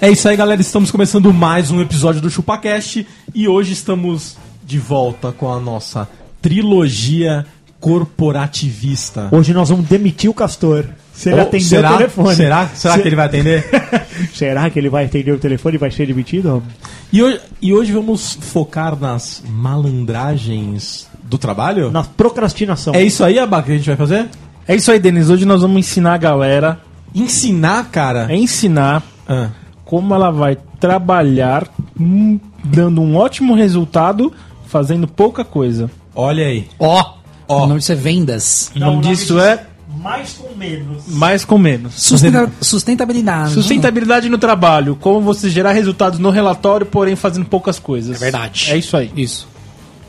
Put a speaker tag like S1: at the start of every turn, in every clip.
S1: É isso aí, galera. Estamos começando mais um episódio do ChupaCast e hoje estamos de volta com a nossa trilogia corporativista.
S2: Hoje nós vamos demitir o Castor. Se ele
S1: Ou
S2: atender
S1: será,
S2: o telefone.
S1: Será, será
S2: Se-
S1: que ele vai atender?
S2: Será que ele vai atender o telefone e vai ser demitido?
S1: e, hoje, e hoje vamos focar nas malandragens do trabalho?
S2: Na procrastinação.
S1: É isso aí, Abaca, que a gente vai fazer?
S3: É isso aí, Denis. Hoje nós vamos ensinar a galera,
S1: Ensinar, cara.
S3: é ensinar
S1: Ah,
S3: como ela vai trabalhar hum, dando um ótimo resultado, fazendo pouca coisa.
S1: olha aí.
S4: Ó.
S1: Ó.
S4: O nome disso é vendas.
S3: O
S2: um
S3: nome disso é
S2: Mais com menos.
S3: mais com menos. Uhum.
S4: Sustenta- sustentabilidade.
S3: Sustentabilidade no trabalho, como você gerar resultados no relatório, porém fazendo poucas coisas. É
S4: verdade.
S3: É isso aí.
S4: Isso.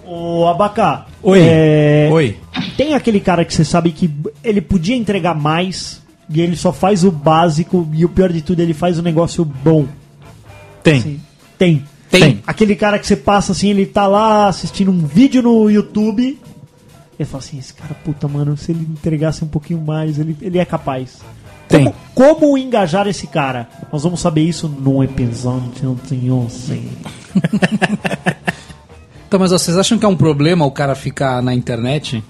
S2: Ô, Abacá.
S1: Oi.
S2: é,
S1: Oi.
S2: Tem aquele cara que você sabe que ele podia entregar mais e ele só faz o básico e o pior de tudo, ele faz um negócio bom.
S3: Tem.
S2: Tem.
S4: Tem.
S2: Aquele cara que você passa assim, ele tá lá assistindo um vídeo no YouTube. Ele fala assim, esse cara, puta, mano, se ele entregasse um pouquinho mais, ele, ele é capaz.
S3: Tem.
S2: Como, como engajar esse cara? Nós vamos saber isso num episódio de 11.
S4: Então, mas ó, vocês acham que é um problema o cara ficar na internet?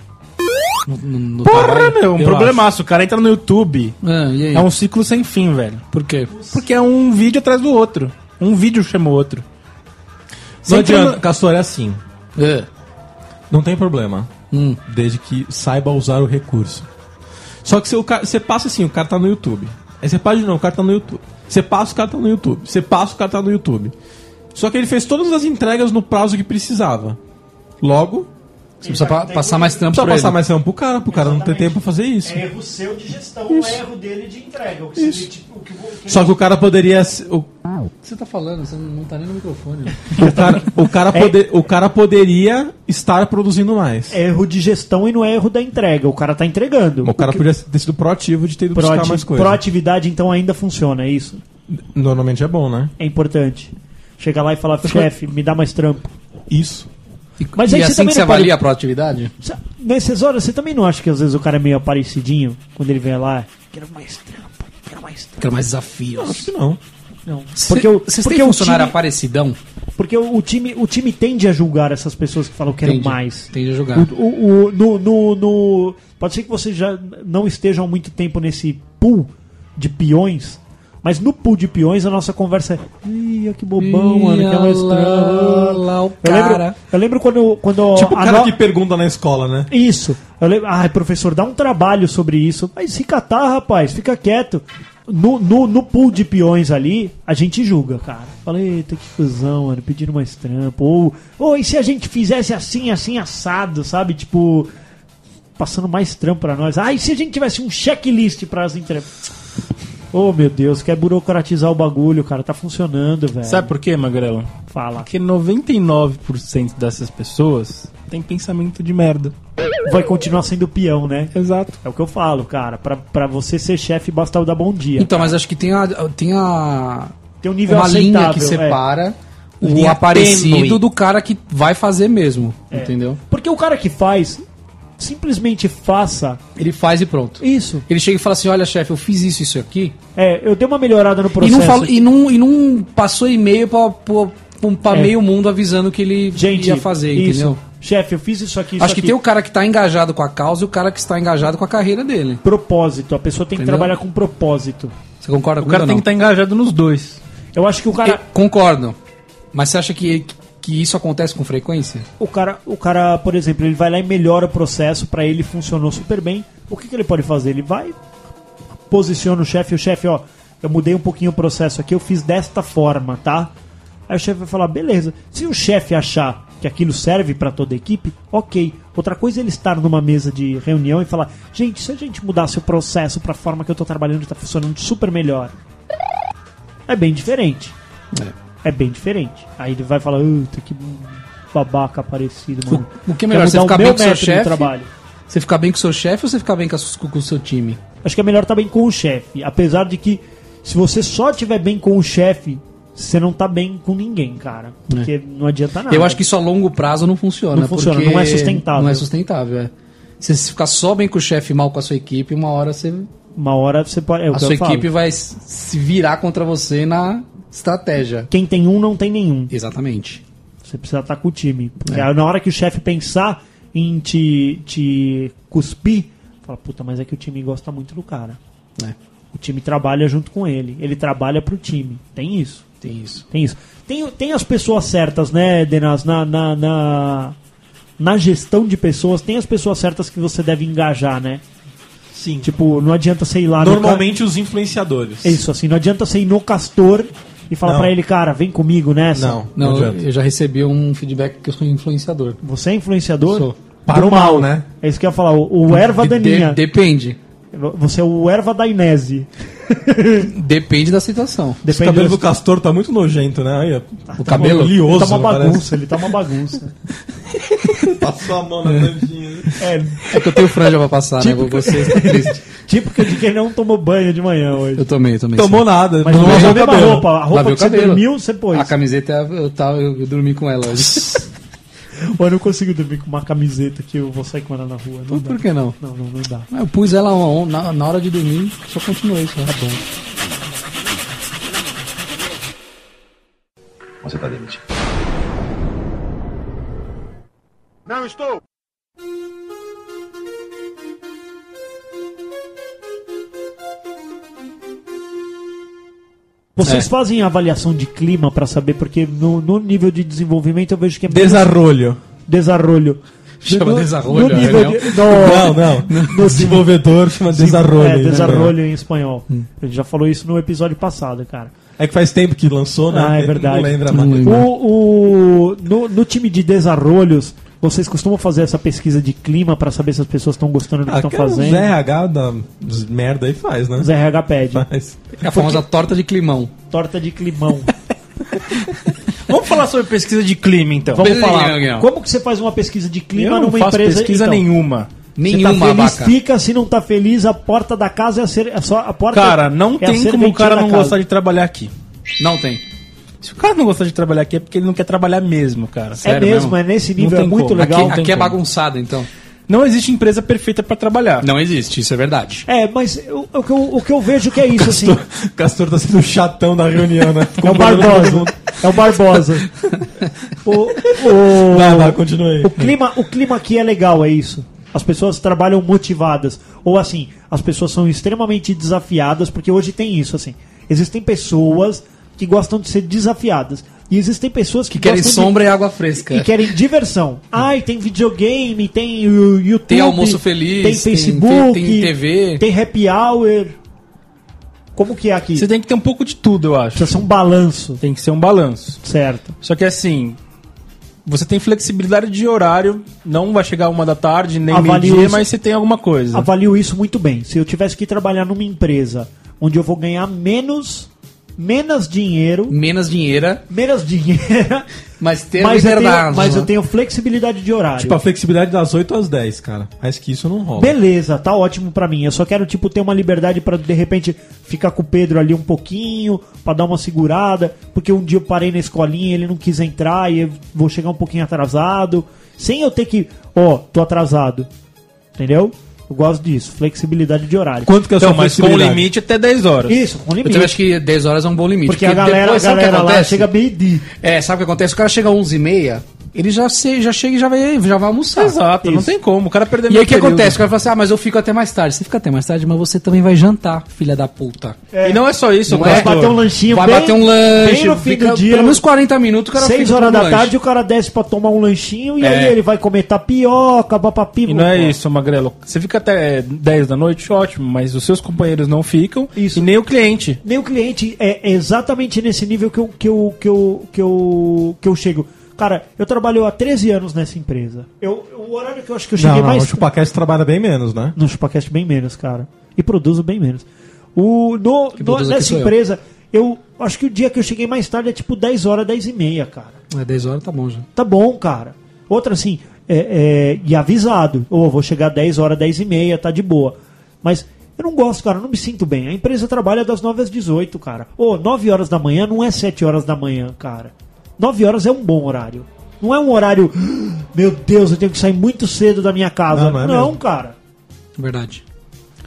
S4: No, no- no
S3: Porra,
S4: trabalho?
S3: meu, um
S1: eu
S3: problemaço. O cara entra no YouTube.
S4: Ah, e aí?
S3: É um ciclo sem fim, velho.
S4: Por quê?
S3: Porque é um vídeo atrás do outro. Um vídeo chama o outro.
S1: Não
S3: Sempre
S1: adianta,
S3: no-
S1: Castor, é assim.
S4: É.
S1: Não tem problema.
S4: Hum.
S1: Desde que saiba usar o recurso. Só que se o cara, você passa assim, o cara tá no YouTube. Aí você passa de novo, o cara tá no YouTube. Você passa, o cara tá no YouTube. Você passa, o cara tá no YouTube. Só que ele fez todas as entregas no prazo que precisava. Logo,
S4: Você precisa pa- passar mais tempo
S1: precisa
S4: por
S1: passar
S4: ele.
S1: mais tempo pro cara, pro cara não ter tempo pra fazer isso.
S2: É Erro seu de gestão, é erro dele de entrega.
S1: Isso.
S2: tipo,
S1: Só que o cara poderia. se- O,
S4: O que você tá falando? Você não- não tá nem no microfone.
S1: o cara, o, cara
S2: É.
S1: poder, o cara poderia estar produzindo mais.
S2: Erro de gestão e não é erro da entrega. O cara tá entregando.
S1: O cara poderia ter sido proativo de ter ido buscar
S2: Proati-
S1: mais coisa.
S2: proatividade, então, ainda funciona, é isso?
S1: Normalmente é bom, né?
S2: É importante. Chegar lá e falar, chefe, me dá mais trampo.
S1: Isso.
S4: E,
S2: Mas
S4: e
S2: aí
S4: é
S2: você
S4: assim que
S2: também
S4: você
S2: não pode-
S4: avalia a proatividade?
S2: Sa- Nessas horas, você também não acha que às vezes o cara é meio aparecidinho quando ele vem lá? Quero mais trampo, quero mais trampo.
S4: Quero mais desafios.
S1: Acho que não.
S2: Não.
S4: Porque
S2: o-
S4: Vocês
S2: porque
S4: têm
S2: o
S4: funcionário
S2: time-
S4: aparecidão?
S2: Porque o, o time, o time tende a julgar essas pessoas que falam quero
S4: Tende-
S2: mais.
S4: Tende a jogar.
S2: O, o- o- no, no- no- pode ser que vocês já não estejam há muito tempo nesse pool de peões, mas no pool de peões a nossa conversa é. Ih, ó, que bobão,
S4: Ih,
S2: mano, que é mais
S4: lá,
S2: trampo."
S4: lá, o
S2: eu lembro,
S4: cara.
S2: eu lembro quando. quando
S1: Tipo o
S2: a
S1: cara
S2: no-
S1: que pergunta na escola, né?
S2: Isso. Eu lembro, ai, professor, dá um trabalho sobre isso. Mas se catar, rapaz, fica quieto. No, no, no pool de peões ali, a gente julga, cara. Fala, eita, que cuzão, mano, pedindo mais trampo. Ou, ou e se a gente fizesse assim, assim, assado, sabe? Tipo, passando mais trampo pra nós. Ah, e se a gente tivesse um checklist pras entrevistas? Oh, meu Deus, quer burocratizar o bagulho, cara. Tá funcionando, velho.
S3: Sabe por quê, Magrelo?
S2: Fala.
S3: Porque 99% dessas pessoas tem pensamento de merda.
S2: Vai continuar sendo peão, né?
S3: Exato.
S2: É o que eu falo, cara. Pra, pra você ser chefe, basta o dar bom dia.
S4: Então, mas acho que tem a. Tem a
S2: Tem um nível
S4: uma
S2: aceitável.
S4: linha que
S2: é.
S4: separa o
S1: Linha
S4: aparecido
S1: tênue.
S4: do cara que vai fazer mesmo,
S2: É.
S4: entendeu?
S2: Porque o cara que faz, simplesmente faça
S4: Ele faz e pronto.
S2: isso.
S4: Ele chega e fala assim: olha, chefe, eu fiz isso, isso aqui.
S2: É, eu dei uma melhorada no
S4: E
S2: processo.
S4: não, fala- e, não, e não passou e-mail pra, pra, pra
S2: É.
S4: meio mundo avisando que ele
S2: Gente,
S4: ia fazer,
S2: isso.
S4: entendeu?
S2: Chefe, eu fiz isso aqui. Isso
S4: Acho que
S2: aqui.
S4: tem o cara que tá engajado com a causa e o cara que está engajado com a carreira dele.
S2: propósito. A pessoa tem que
S4: Entendeu?
S2: trabalhar com propósito.
S4: Você concorda
S3: O
S4: comigo
S3: cara
S4: ou
S3: tem
S4: não?
S3: que tá estar engajado nos dois.
S2: Eu acho que o cara,
S4: Eu concordo. Mas você acha que, que isso acontece com frequência?
S2: o cara, o cara, por exemplo, ele vai lá e melhora o processo pra ele funcionou super bem. O que, que ele pode fazer? Ele vai posiciona o chefe, o chefe, ó, eu mudei um pouquinho o processo aqui, eu fiz desta forma, tá? Aí o chefe vai falar, beleza. Se o chefe achar que aquilo serve pra toda a equipe, ok. Outra coisa é ele estar numa mesa de reunião e falar: gente, se a gente mudasse o processo pra forma que eu tô trabalhando, tá funcionando super melhor. É bem diferente. É, bem diferente. Aí ele vai falar: puta, que babaca aparecido, mano.
S4: O que é
S2: Quer
S4: melhor, você
S2: mudar
S4: ficar
S2: o
S4: bem
S2: meu
S4: com seu
S2: método de
S4: chefe?
S2: trabalho.
S4: Você ficar bem com seu chefe ou você ficar bem com, a su- com o seu time?
S2: Acho que é melhor estar bem com o chefe. Apesar de que, se você só estiver bem com o chefe, você não tá bem com ninguém, cara. Porque não adianta nada.
S4: É. Eu acho que isso a longo prazo não funciona.
S2: Ah, é. Não funciona,
S4: porque
S2: não é sustentável.
S4: Não é sustentável, é. Se você ficar só bem com o chefe e mal com a sua equipe, uma hora você,
S2: Uma hora você pode. É o
S4: a
S2: que
S4: sua
S2: eu falo.
S4: equipe vai s- se virar contra você na estratégia.
S2: Quem tem um, não tem nenhum.
S4: Exatamente.
S2: Você precisa estar com o time. Porque
S4: É.
S2: aí, na hora que o chefe pensar em te, te cuspir, fala, puta, mas é que o time gosta muito do cara.
S4: É,
S2: O time trabalha junto com ele. Ele trabalha pro time. Tem isso.
S4: tem isso.
S2: Tem isso. Tem, tem as pessoas certas, né, Denas? Na, na, na, na gestão de pessoas, tem as pessoas certas que você deve engajar, né?
S1: Sim.
S2: Tipo, não adianta você ir lá no
S1: Normalmente os influenciadores.
S2: ca- É isso, assim, não adianta você ir no castor e falar
S1: Não.
S2: pra ele, cara, vem comigo nessa.
S1: Não, não,
S4: Não, eu,
S1: adianta.
S4: eu já recebi um feedback que eu sou influenciador.
S2: Você é influenciador?
S4: Sou.
S1: Para
S2: Do
S1: o mal, né?
S2: É isso que eu ia falar. O, o erva
S4: De- de-
S2: daninha.
S4: depende.
S2: Você é o erva da Inese.
S4: Depende da situação.
S1: Esse
S2: Depende
S1: cabelo
S2: do-
S1: do castor tá muito nojento, né? Aí, ó,
S4: o cabelo.
S2: Ele tá
S1: lioso,
S2: uma
S1: parece.
S2: bagunça, ele tá uma bagunça.
S1: Passou a mão na tanjinha.
S2: é,
S4: É que eu tenho franja pra passar,
S2: Tipo
S4: né? Você está triste.
S2: típico de quem não tomou banho de manhã hoje.
S4: Eu tomei, eu tomei.
S1: Tomou um nada.
S2: Mas
S1: não
S2: não
S1: lavou
S2: é a
S1: o
S2: mesma
S1: cabelo.
S2: roupa. A roupa
S4: Lavei o
S2: que você
S4: cabelo.
S2: dormiu, você pôs.
S4: A camiseta eu, tava, eu dormi com ela hoje.
S2: Pô, eu não consigo dormir com uma camiseta que eu vou sair com ela na rua. Não dá.
S4: Por que não?
S2: Não, não, não dá.
S4: Eu pus ela on- na, na hora de dormir, só continuei. Só. Tá bom.
S5: Você está demitido.
S2: Vocês
S4: É.
S2: fazem avaliação de clima pra saber, porque no, no nível de desenvolvimento eu vejo que é
S1: Desarrolho.
S2: desarrolho.
S4: Chama
S2: No-
S4: desarrolho,
S2: no nível
S4: né?
S2: de- no-
S1: Não, não. Desenvolvedor chama desarrolho.
S2: É,
S1: né?
S2: desarrolho
S4: Hum.
S2: em espanhol. A gente já falou isso no episódio passado, cara.
S1: É que faz tempo que lançou, né?
S2: Ah, é verdade.
S1: Não lembra
S4: Não
S1: mais.
S4: lembro.
S2: O, o- no, no time de desarrolhos, vocês costumam fazer essa pesquisa de clima pra saber se as pessoas estão gostando do que
S1: Ah,
S2: estão
S4: é um
S1: que os
S2: fazendo?
S1: RH da dos merda aí faz, né?
S2: Os RH pede.
S1: Faz.
S4: É a famosa torta de climão.
S2: Torta de climão.
S3: Vamos falar sobre pesquisa de clima, então.
S2: Vamos
S4: Beleza,
S2: falar.
S4: Miguel.
S2: Como que você faz uma pesquisa de
S3: Eu
S2: clima
S3: não
S2: numa
S3: faço
S2: empresa?
S3: pesquisa
S2: então,
S3: nenhuma.
S2: Você
S4: Nenhuma
S2: tá feliz,
S4: vaca.
S2: fica. Se não tá feliz, a porta da casa é a, ser, é só, a porta
S3: Cara, não
S2: é a
S3: tem como o
S2: serventia
S3: cara
S2: da
S3: não
S2: casa.
S3: gostar de trabalhar aqui.
S4: Não tem.
S3: Se o cara não gostar de trabalhar aqui é porque ele não quer trabalhar mesmo, cara.
S2: É
S4: Sério
S2: mesmo,
S4: mesmo?
S2: é nesse
S3: Não
S2: nível, é
S3: tem
S2: muito
S3: como.
S2: legal.
S3: Não
S4: aqui
S3: tem
S4: aqui é
S3: como.
S4: bagunçada, então.
S3: Não existe empresa perfeita pra trabalhar.
S4: Não existe, isso é verdade.
S2: É, mas o, o que eu, o que eu vejo que é isso, assim.
S1: O Castor tá sendo o chatão da reunião, né?
S2: É o Barbosa. É o Barbosa. O, o-
S1: Vai, vai, continua aí.
S2: o clima, o clima aqui é legal, é isso. As pessoas trabalham motivadas. Ou assim, as pessoas são extremamente desafiadas, porque hoje tem isso, assim. Existem pessoas que gostam de ser desafiadas. E existem pessoas que,
S4: Que querem
S2: gostam de-
S4: sombra e água fresca.
S2: e querem diversão. Ai, tem videogame, tem o YouTube.
S4: É. Tem almoço feliz,
S2: Tem
S4: tem-
S2: Facebook.
S4: tem- tem TV.
S2: Tem happy hour. Como que é aqui?
S3: Você tem que ter um pouco de tudo, eu acho.
S2: Precisa ser um balanço,
S3: Tem que ser um balanço.
S2: certo?
S3: Só que assim, você tem flexibilidade de horário, não vai chegar uma da tarde, nem
S2: Avalio
S3: meio-dia,
S2: isso.
S3: mas você tem alguma coisa.
S2: Avalio isso muito bem. Se eu tivesse que trabalhar numa empresa onde eu vou ganhar menos, menos dinheiro,
S4: Menos dinheiro,
S2: menos dinheiro,
S4: mas ter
S2: mas, eu tenho,
S4: liberdade. né?
S2: mas eu tenho flexibilidade de horário.
S1: Tipo, a flexibilidade das 8 às 10, cara. Mas que isso não rola.
S2: Beleza, tá ótimo pra mim. Eu só quero, tipo, ter uma liberdade pra de repente, ficar com o Pedro ali um pouquinho, pra dar uma segurada, porque um dia eu parei na escolinha e ele não quis entrar e eu vou chegar um pouquinho atrasado, sem eu ter que, ó, tô atrasado. Entendeu? Eu gosto disso, flexibilidade de horário.
S1: Quanto que é a
S3: Então,
S1: sua
S3: mas com o
S1: flexibilidade?
S3: limite até 10 horas.
S2: Isso, com
S4: Eu
S2: limite.
S4: também acho que 10 horas é um bom limite.
S2: Porque a galera, a
S4: depois, sabe o que
S2: galera lá
S4: acontece?
S2: chega meio-dia.
S4: É, sabe o que acontece? O cara chega às 11h30, ele já, se, já chega e já vai, já vai almoçar.
S3: Exato, não
S2: Isso.
S3: tem como. O cara perdeu
S4: E aí
S3: meio
S4: o que
S3: período.
S4: acontece? O cara fala assim, ah, mas eu fico até mais tarde. Você fica até mais tarde, mas você também vai jantar, filha da puta.
S3: E não é só isso,
S4: Não
S3: o
S4: é?
S2: Vai
S3: pastor.
S2: bater um lanchinho
S4: vai
S2: bem-
S4: bater um lanche.
S2: Bem no fim
S4: fica
S2: do dia.
S4: Pelo menos 40 minutos o cara
S2: 6
S4: fica um
S2: horas da
S4: tomando
S2: tarde
S4: lanche. É.
S2: o cara desce pra tomar um lanchinho e aí ele vai comer tapioca, papapi.
S3: E não é isso, Magrelo. Você fica até 10 da noite, ótimo, mas os seus companheiros não ficam
S2: Isso.
S3: e nem o cliente.
S2: Nem o cliente é exatamente nesse nível que eu, que eu, que eu, que eu, que eu chego. Cara, eu trabalho há 13 anos nessa empresa. Eu, o horário que eu acho que eu
S1: Não,
S2: cheguei
S1: não,
S2: mais.
S1: o Chupacast trabalha bem menos, né?
S2: No ChupaCast bem menos, cara. E produzo bem menos. O, no, no-
S4: produz aqui
S2: nessa
S4: sou eu.
S2: empresa, eu. acho que o dia que eu cheguei mais tarde é tipo 10 horas, 10 e meia, cara.
S4: É 10 horas, tá bom já.
S2: Tá bom, cara. Outra assim, é, é, e avisado. Ou vou chegar 10 horas, 10 e meia, tá de boa. Mas eu não gosto, cara, eu não me sinto bem. A empresa trabalha das 9 às 18, cara. Ô, 9 horas da manhã não é 7 horas da manhã, cara. 9 horas é um bom horário. Não é um horário, meu Deus, eu tenho que sair muito cedo da minha casa.
S1: Não, não é mesmo.
S2: cara.
S4: Verdade.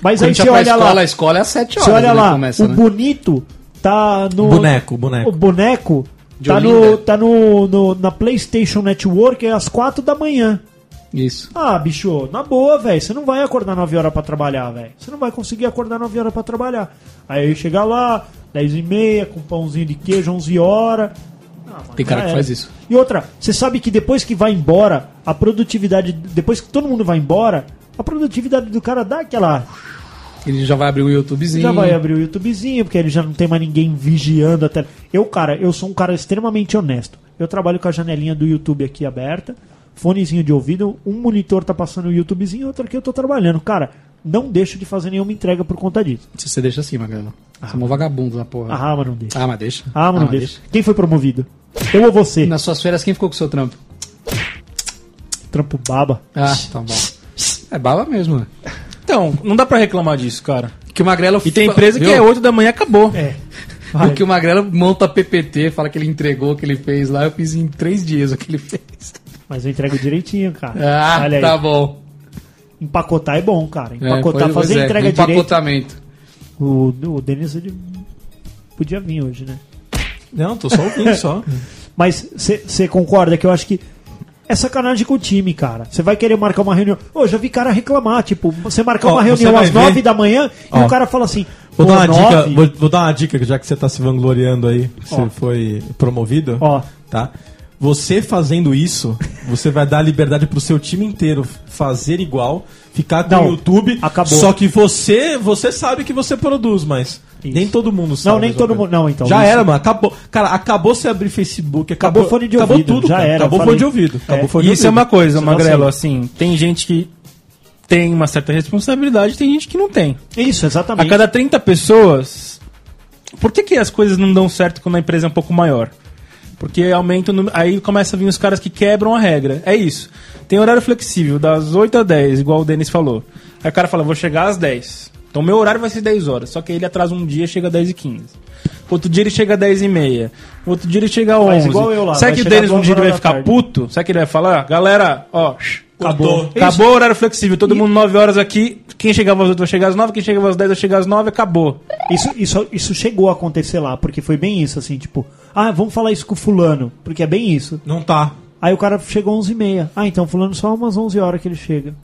S2: Mas
S4: Quando
S2: aí
S4: a gente
S2: você
S4: vai
S2: olha
S4: pra escola,
S2: lá.
S4: a escola é às 7 horas.
S2: Você olha
S4: né,
S2: lá,
S4: Começa,
S2: o
S4: né?
S2: bonito tá no.
S1: Boneco, boneco.
S2: O boneco
S4: De
S2: tá,
S4: Olinda. né?
S2: no, tá no, no- na PlayStation Network é às 4 da manhã.
S4: Isso.
S2: Ah, bicho, na boa, velho. Você não vai acordar 9 horas pra trabalhar, velho. Você não vai conseguir acordar 9 horas pra trabalhar. Aí chegar lá, 10 e meia, com pãozinho de queijo, 11 horas. Ah, mano,
S4: Tem cara
S2: já
S4: que
S2: era.
S4: faz isso.
S2: E outra, você sabe que depois que vai embora, a produtividade. Depois que todo mundo vai embora, a produtividade do cara dá aquela.
S4: Ele já vai abrir um YouTubezinho.
S2: Já vai abrir o YouTubezinho, porque ele já não tem mais ninguém vigiando até. Eu, cara, eu sou um cara extremamente honesto. Eu trabalho com a janelinha do YouTube aqui aberta, fonezinho de ouvido, um monitor tá passando o YouTubezinho, outro aqui eu tô trabalhando. Cara, não deixo de fazer nenhuma entrega por conta disso.
S4: Se você deixa assim, Magrela. Você é um vagabundo na porra.
S2: Ah, mas não deixa.
S4: Ah, mas deixa.
S2: Ah, mas não deixa. Quem foi promovido? Eu ou você?
S4: E nas suas férias, quem ficou com o seu trampo?
S2: Trampo baba.
S4: Ah, tá bom. É bala mesmo. né?
S3: Então, não dá pra reclamar disso, cara.
S4: Que o Magrelo...
S3: E tem empresa que é 8 da manhã e acabou.
S2: É.
S4: Porque o Magrelo monta PPT, fala que ele entregou o que ele fez lá. Eu fiz em 3 dias o que ele fez.
S2: Mas eu entrego direitinho, cara.
S4: Ah,
S2: Olha aí.
S4: tá bom.
S2: Empacotar é bom, cara.
S4: É,
S2: Empacotar,
S4: pois-
S2: fazer
S4: pois é,
S2: entrega direito.
S4: Empacotamento.
S2: O, o Denis, ele podia vir hoje, né?
S1: Não, tô só ouvindo só.
S2: Mas você concorda que eu acho que é sacanagem com o time, cara. Você vai querer marcar uma reunião. Ô, já vi cara reclamar, tipo, você marcar
S1: Ó,
S2: uma
S1: você
S2: reunião
S1: vai
S2: às
S1: ver-
S2: 9 da manhã e
S1: Ó.
S2: o cara fala assim.
S1: Vou
S2: "Pô,
S1: dar, uma dica,
S2: nove?"
S1: vou, vou dar uma dica, já que você tá se vangloriando aí, você
S2: Ó.
S1: foi promovido,
S2: Ó.
S1: tá? Você fazendo isso, você vai dar liberdade pro seu time inteiro fazer igual, ficar com
S2: Não,
S1: o YouTube.
S2: acabou.
S1: Só que você, você sabe que você produz, mas
S2: Isso.
S1: nem todo mundo sabe.
S2: Não, nem
S1: mesma
S2: todo
S1: coisa.
S2: mundo. Não, então.
S1: já
S2: isso-
S1: era, mano. Acabou. Cara, acabou você abrir Facebook, acabou,
S2: Acabou fone de
S1: acabou
S2: ouvido,
S1: tudo,
S2: já
S1: cara.
S2: era,
S1: Acabou
S2: eu
S1: fone de
S2: falei.
S1: ouvido. Acabou
S2: É.
S1: fone de
S3: Isso é
S1: ouvido.
S3: uma coisa,
S2: Isso eu
S3: Magrelo,
S2: não
S3: assim, tem gente que tem uma certa responsabilidade, tem gente que não tem.
S2: Isso,
S3: A
S2: exatamente.
S3: cada 30 pessoas, por que, que as coisas não dão certo quando a empresa é um pouco maior? Porque aumenta o número, aí começa a vir os caras que quebram a regra. É isso. Tem horário flexível, das 8 às 10, igual o Denis falou. Aí o cara fala, vou chegar às 10. Então meu horário vai ser 10 horas, só que ele atrasa um dia, chega às 10 e 15. Outro dia ele chega às 10 e meia. Outro dia ele chega às 11.
S2: Mas igual eu lá,
S3: Será
S2: vai
S3: que o
S2: chegar
S3: Denis um
S2: duas
S3: dia ele vai
S2: horas da
S3: ficar
S2: tarde.
S3: puto? Será que ele vai falar, galera, ó, shh,
S1: Acabou.
S3: Acabou o horário flexível, todo mundo 9 horas aqui. Quem chegava às 8 vai chegar às 9, quem chegava às 10 vai chegar às 9, acabou.
S2: Isso, isso, isso chegou a acontecer lá, porque foi bem isso, assim, tipo, ah, vamos falar isso com o fulano, porque é bem isso.
S1: Não tá.
S2: Aí o cara chegou 11h30. Ah, então fulano só umas 11 horas que ele chega.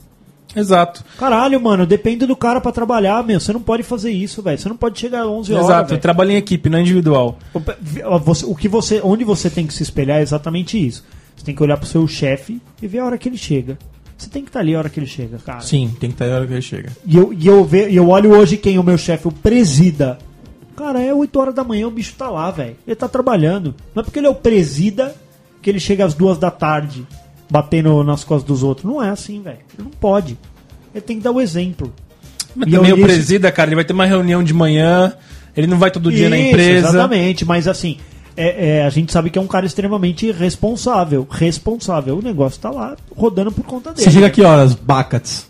S3: Exato.
S2: Caralho, mano, depende do cara pra trabalhar, meu. Você não pode fazer isso, velho. Você não pode chegar às 11 horas.
S3: Exato.
S2: velho.
S3: Trabalha em equipe, não é individual.
S2: Opa, vi- ó, você- o que você, onde você tem que se espelhar é exatamente isso. Você tem que olhar pro seu chefe e ver a hora que ele chega. Você tem que estar ali a hora que ele chega, cara.
S1: Sim, tem que estar aí a hora que ele chega.
S2: E eu, e eu, ve, e eu olho hoje quem o meu chefe, o presida. Cara, é 8 horas da manhã, o bicho tá lá, velho. Ele tá trabalhando. Não é porque ele é o presida que ele chega às duas da tarde batendo nas costas dos outros. Não é assim, velho. Ele não pode. Ele tem que dar o exemplo.
S3: Mas
S2: E
S1: é
S3: também
S2: eu-
S3: o presida, cara, ele vai ter uma reunião de manhã, ele não vai todo dia na
S2: Isso,
S3: empresa.
S2: Exatamente, mas assim, é, é, a gente sabe que é um cara extremamente responsável. Responsável. O negócio tá lá rodando por conta dele.
S1: Você chega que horas, Bacats?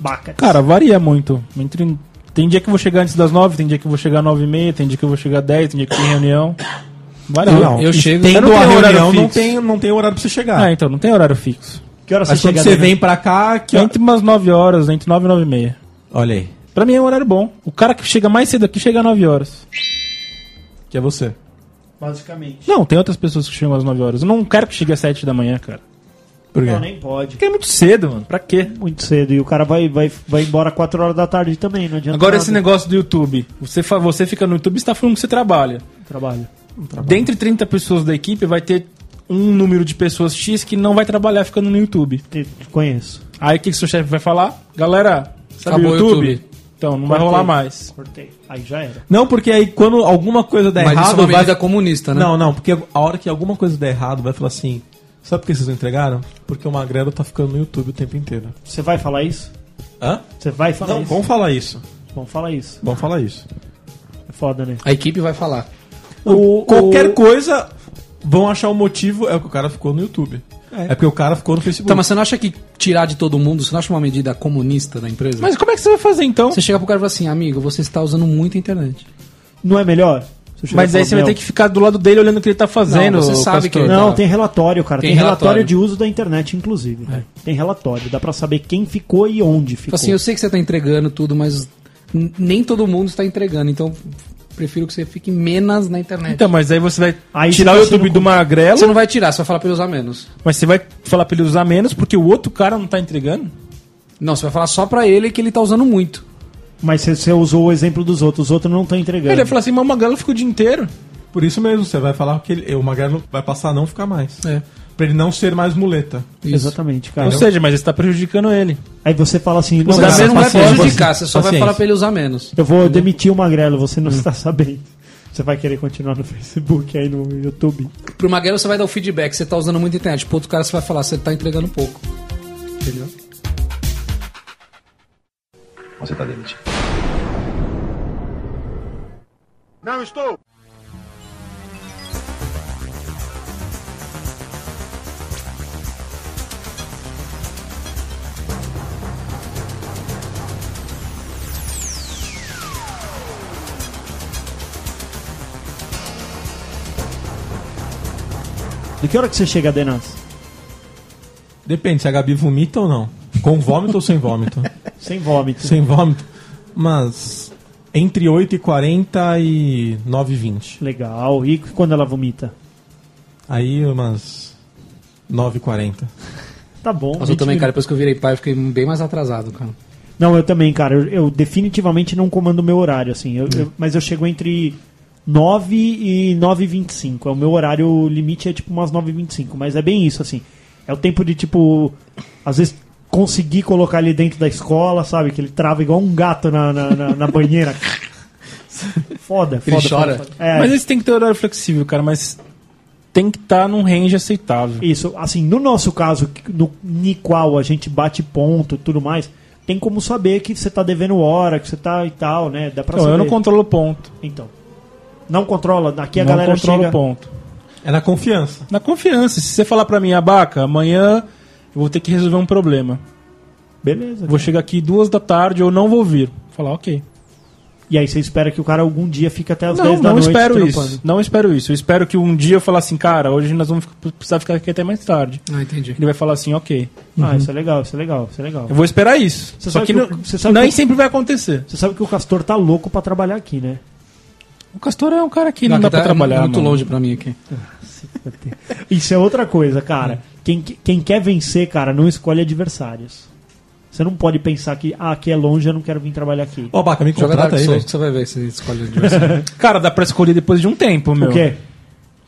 S2: Baca.
S3: Cara, varia muito. Entre- Tem dia que eu vou chegar antes das 9, tem dia que eu vou chegar às 9 e meia, tem dia que eu vou chegar às 10, tem dia que tem reunião. Varia.
S1: Não,
S4: Eu chego...
S3: Eu
S1: Tendo
S3: não
S1: a
S3: tenho horário
S1: reunião, não
S3: fixo.
S1: tem, não tem horário pra você chegar.
S3: Ah, então, não tem horário fixo.
S2: que hora você
S1: Mas quando
S2: chega
S1: você
S2: Daniel?
S1: vem pra cá, que ó-
S3: Entre umas 9 horas, entre 9 e 9 e meia.
S1: Olha aí,
S3: Pra mim é um horário bom. O cara que chega mais cedo aqui chega às 9 horas.
S1: que é você.
S2: Basicamente.
S3: Não, tem outras pessoas que chegam às 9 horas. Eu não quero que chegue às 7 da manhã, cara.
S1: Por
S2: Não,
S1: quê?
S2: nem pode.
S3: Porque é muito cedo, mano. Pra quê?
S2: Muito cedo. E o cara vai, vai, vai embora 4 horas da tarde também, não adianta.
S3: Agora
S2: nada.
S3: esse negócio do YouTube. Você, fa- você fica no YouTube e está falando que você trabalha.
S2: Trabalho.
S3: Dentre 30 pessoas da equipe, vai ter um número de pessoas X que não vai trabalhar ficando no YouTube.
S2: Te- Conheço.
S3: Aí o que, que seu chefe vai falar? Galera, sabe o
S4: Acabou o
S3: Tá YouTube?
S4: YouTube.
S3: Então, não vai rolar mais.
S2: Cortei. Aí já era.
S1: Não, porque aí quando alguma coisa der
S4: Mas isso é
S1: errado,
S4: uma
S1: vai...
S4: medida comunista, né?
S1: Não, não, porque a hora que alguma coisa der errado, vai falar assim, Sabe por que vocês não entregaram? Porque o Magrelo tá ficando no YouTube o tempo inteiro.
S2: Você vai falar isso?
S1: Hã?
S2: Você vai falar
S1: Não,
S2: É isso?
S1: vamos falar isso.
S2: Vamos falar isso.
S1: Vamos falar isso.
S2: É foda, né?
S4: A equipe vai falar.
S2: O-
S1: Qualquer
S2: o-
S1: coisa, vão achar o motivo, é que o cara ficou no YouTube. É, porque o cara ficou no Facebook.
S4: Então, mas você não acha que tirar de todo mundo, você não acha uma medida comunista da empresa?
S3: Mas como é que você vai fazer então?
S4: você chega pro cara e fala assim, amigo, você está usando muito a internet.
S2: Não é melhor? Se eu chegar
S3: Mas
S2: e
S3: aí
S2: falar,
S3: você vai
S2: "Meu,
S3: ter que ficar do lado dele olhando o que ele tá fazendo.
S4: Não, você sabe
S3: pastor.
S4: que-
S2: Não,
S4: Tá.
S2: tem relatório, cara. Tem,
S4: Tem
S2: relatório.
S4: relatório.
S2: de uso da internet, inclusive. né? Tem relatório. Dá pra saber quem ficou e onde ficou.
S4: Fala assim, eu sei que você está entregando tudo, mas n- nem todo mundo está entregando, então prefiro que você fique menos na internet.
S3: Então, mas aí você vai
S2: É. Aí
S3: tirar
S2: você tá
S3: o YouTube
S2: sendo
S3: do
S2: com-
S3: magrelo,
S4: você não vai tirar, você vai falar pra ele usar menos.
S3: mas você vai falar pra ele usar menos porque o outro cara não tá entregando?
S4: Não, você vai falar só pra ele que ele tá usando muito.
S2: Mas você, você usou o exemplo dos outros. Os outros não estão entregando.
S3: Ele vai falar assim, mas o magrelo fica o dia inteiro.
S1: Por isso mesmo, você vai falar que ele- o Magrelo vai passar a não ficar mais.
S4: É.
S1: Pra ele não ser mais muleta.
S4: Isso.
S2: Exatamente, cara.
S3: Ou seja, mas você tá prejudicando ele.
S2: Aí você fala assim...
S4: Você
S2: não,
S1: cara,
S4: não vai
S1: paciência,
S4: prejudicar, você só vai
S1: paciência.
S4: falar pra ele usar menos.
S2: Eu vou demitir o Magrelo, você não está sabendo. Você vai querer continuar no Facebook, aí no YouTube.
S4: Pro Magrelo você vai dar o feedback, você tá usando muito a internet. Pro outro cara você vai falar, você tá entregando pouco. Entendeu?
S5: Você está demitido.
S2: De que hora que você chega, Denas?
S1: Depende se a Gabi vomita ou não. Com vômito ou sem vômito?
S2: Sem vômito.
S1: sem vômito. Mas entre 8h40 e 9h20.
S2: Legal. E quando ela vomita?
S1: Aí umas 9h40.
S2: Tá bom.
S4: Mas eu
S2: 20
S4: também,
S2: minutos.
S4: cara, depois que eu virei pai, eu fiquei bem mais atrasado, cara.
S2: Não, eu também, cara. Eu, eu definitivamente não comando meu horário, assim. Eu- eu- mas eu chego entre 9 e 9 e 25. É O meu horário limite é tipo umas 9 e 25. Mas é bem isso, assim. É o tempo de, tipo, às vezes conseguir colocar ele dentro da escola, sabe? Que ele trava igual um gato na, na, na- na banheira. Foda, foda.
S4: Ele chora.
S2: Foda, foda. É,
S3: Mas esse tem que ter horário flexível, cara, mas tem que estar num range aceitável.
S2: Isso, assim, no nosso caso, no ni qual a gente bate ponto e tudo mais, tem como saber que você tá devendo hora, que você tá e tal, né? Dá pra
S3: Então,
S2: saber.
S3: eu não controlo o ponto.
S2: Então. Não controla, aqui a
S3: não
S2: galera
S3: controlo
S2: chega.
S3: o ponto.
S1: É na confiança.
S3: Na confiança. Se você falar pra mim, abaca, amanhã eu vou ter que resolver um problema.
S2: Beleza.
S3: Vou chegar aqui duas da tarde ou não vou vir. Falar, ok.
S2: E aí você espera que o cara algum dia fique até as
S3: não,
S2: 10 da
S3: não
S2: noite.
S3: espero
S2: trampando.
S3: isso. Não espero isso. Eu espero que um dia eu falar assim, cara, hoje nós vamos ficar- precisar ficar aqui até mais tarde.
S4: Ah, entendi.
S3: Ele vai falar assim, ok.
S2: Ah, isso é legal, isso é legal, isso é legal.
S3: Eu vou esperar isso.
S2: Você
S3: Só
S2: sabe
S3: que,
S2: que
S3: não-
S2: o- você sabe
S3: nem
S2: que-
S3: sempre vai acontecer.
S2: Você sabe que o Castor tá louco pra trabalhar aqui, né?
S3: O Castor é um cara que não, dá
S4: aqui
S3: pra
S4: tá
S3: trabalhar.
S4: muito
S3: mano.
S4: longe pra mim aqui.
S2: Isso é outra coisa, cara. Quem, quem quer vencer, cara, não escolhe adversários. Você não pode pensar que, ah, aqui é longe, eu não quero vir trabalhar aqui.
S1: Ó, Baca, me
S4: Joga
S1: contrata
S4: Dark
S1: aí,
S4: Souls
S1: velho.
S4: que você vai ver se escolhe o adversário.
S3: Cara, dá pra escolher depois de um tempo, meu.
S2: o quê?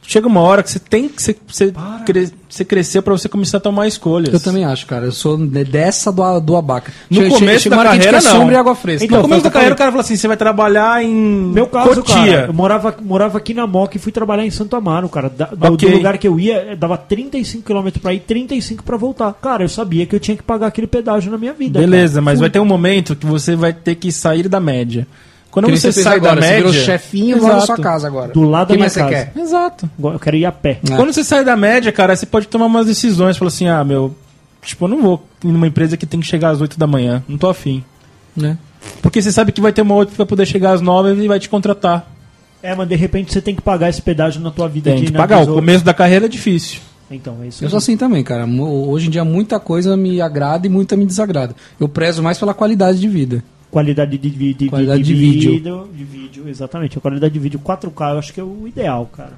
S3: Chega uma hora que você tem que você, você, cre- você crescer pra você começar a tomar escolhas.
S4: Eu também acho, cara. Eu sou ne- dessa do, do abaca.
S3: No começo
S4: uma
S3: da
S4: hora que a gente
S3: carreira,
S4: fica
S3: não.
S4: sombra e água fresca.
S3: No
S2: Então,
S3: começo
S2: foi
S3: da
S2: o que eu
S3: carreira, o cara fala assim: você vai trabalhar em.
S2: Meu caso, cara,
S3: Cotia.
S2: eu morava, morava aqui na Moca e fui trabalhar em Santo Amaro, cara. Da- do,
S3: Ok.
S2: do lugar que eu ia, eh, dava 35 km pra ir, 35 pra voltar. Cara, eu sabia que eu tinha que pagar aquele pedágio na minha vida.
S3: Beleza,
S2: cara.
S3: mas
S2: Fui.
S3: vai ter um momento que você vai ter que sair da média. Quando
S4: Que nem
S3: você
S4: fez
S3: sai
S4: agora,
S3: da média.
S4: Você virou chefinho lá na
S3: Exato.
S4: sua casa agora.
S2: Do lado da
S4: Quem
S2: minha
S4: mais você
S2: casa.
S4: quer?
S3: Exato.
S2: Agora Eu quero ir a pé.
S4: É.
S3: Quando você sai da média, cara, você pode tomar umas decisões. Fala assim: ah, meu, tipo, eu não vou ir numa empresa que tem que chegar às 8 da manhã. Não tô afim.
S4: Né?
S3: Porque você sabe que vai ter uma outra que vai poder chegar às 9 e vai te contratar.
S2: É, mas de repente você tem que pagar esse pedágio na tua vida.
S3: Tem
S2: de
S3: que
S2: ir na
S3: pagar. O
S2: dos outros.
S3: começo da carreira é difícil.
S2: Então, é isso.
S4: Eu sou assim também, cara. Mo- Hoje em dia muita coisa me agrada e muita me desagrada. Eu prezo mais pela qualidade de vida.
S2: Qualidade de, vi- de,
S4: Qualidade de
S2: vídeo. De vídeo, exatamente. A qualidade de vídeo 4K eu acho que é o ideal, cara.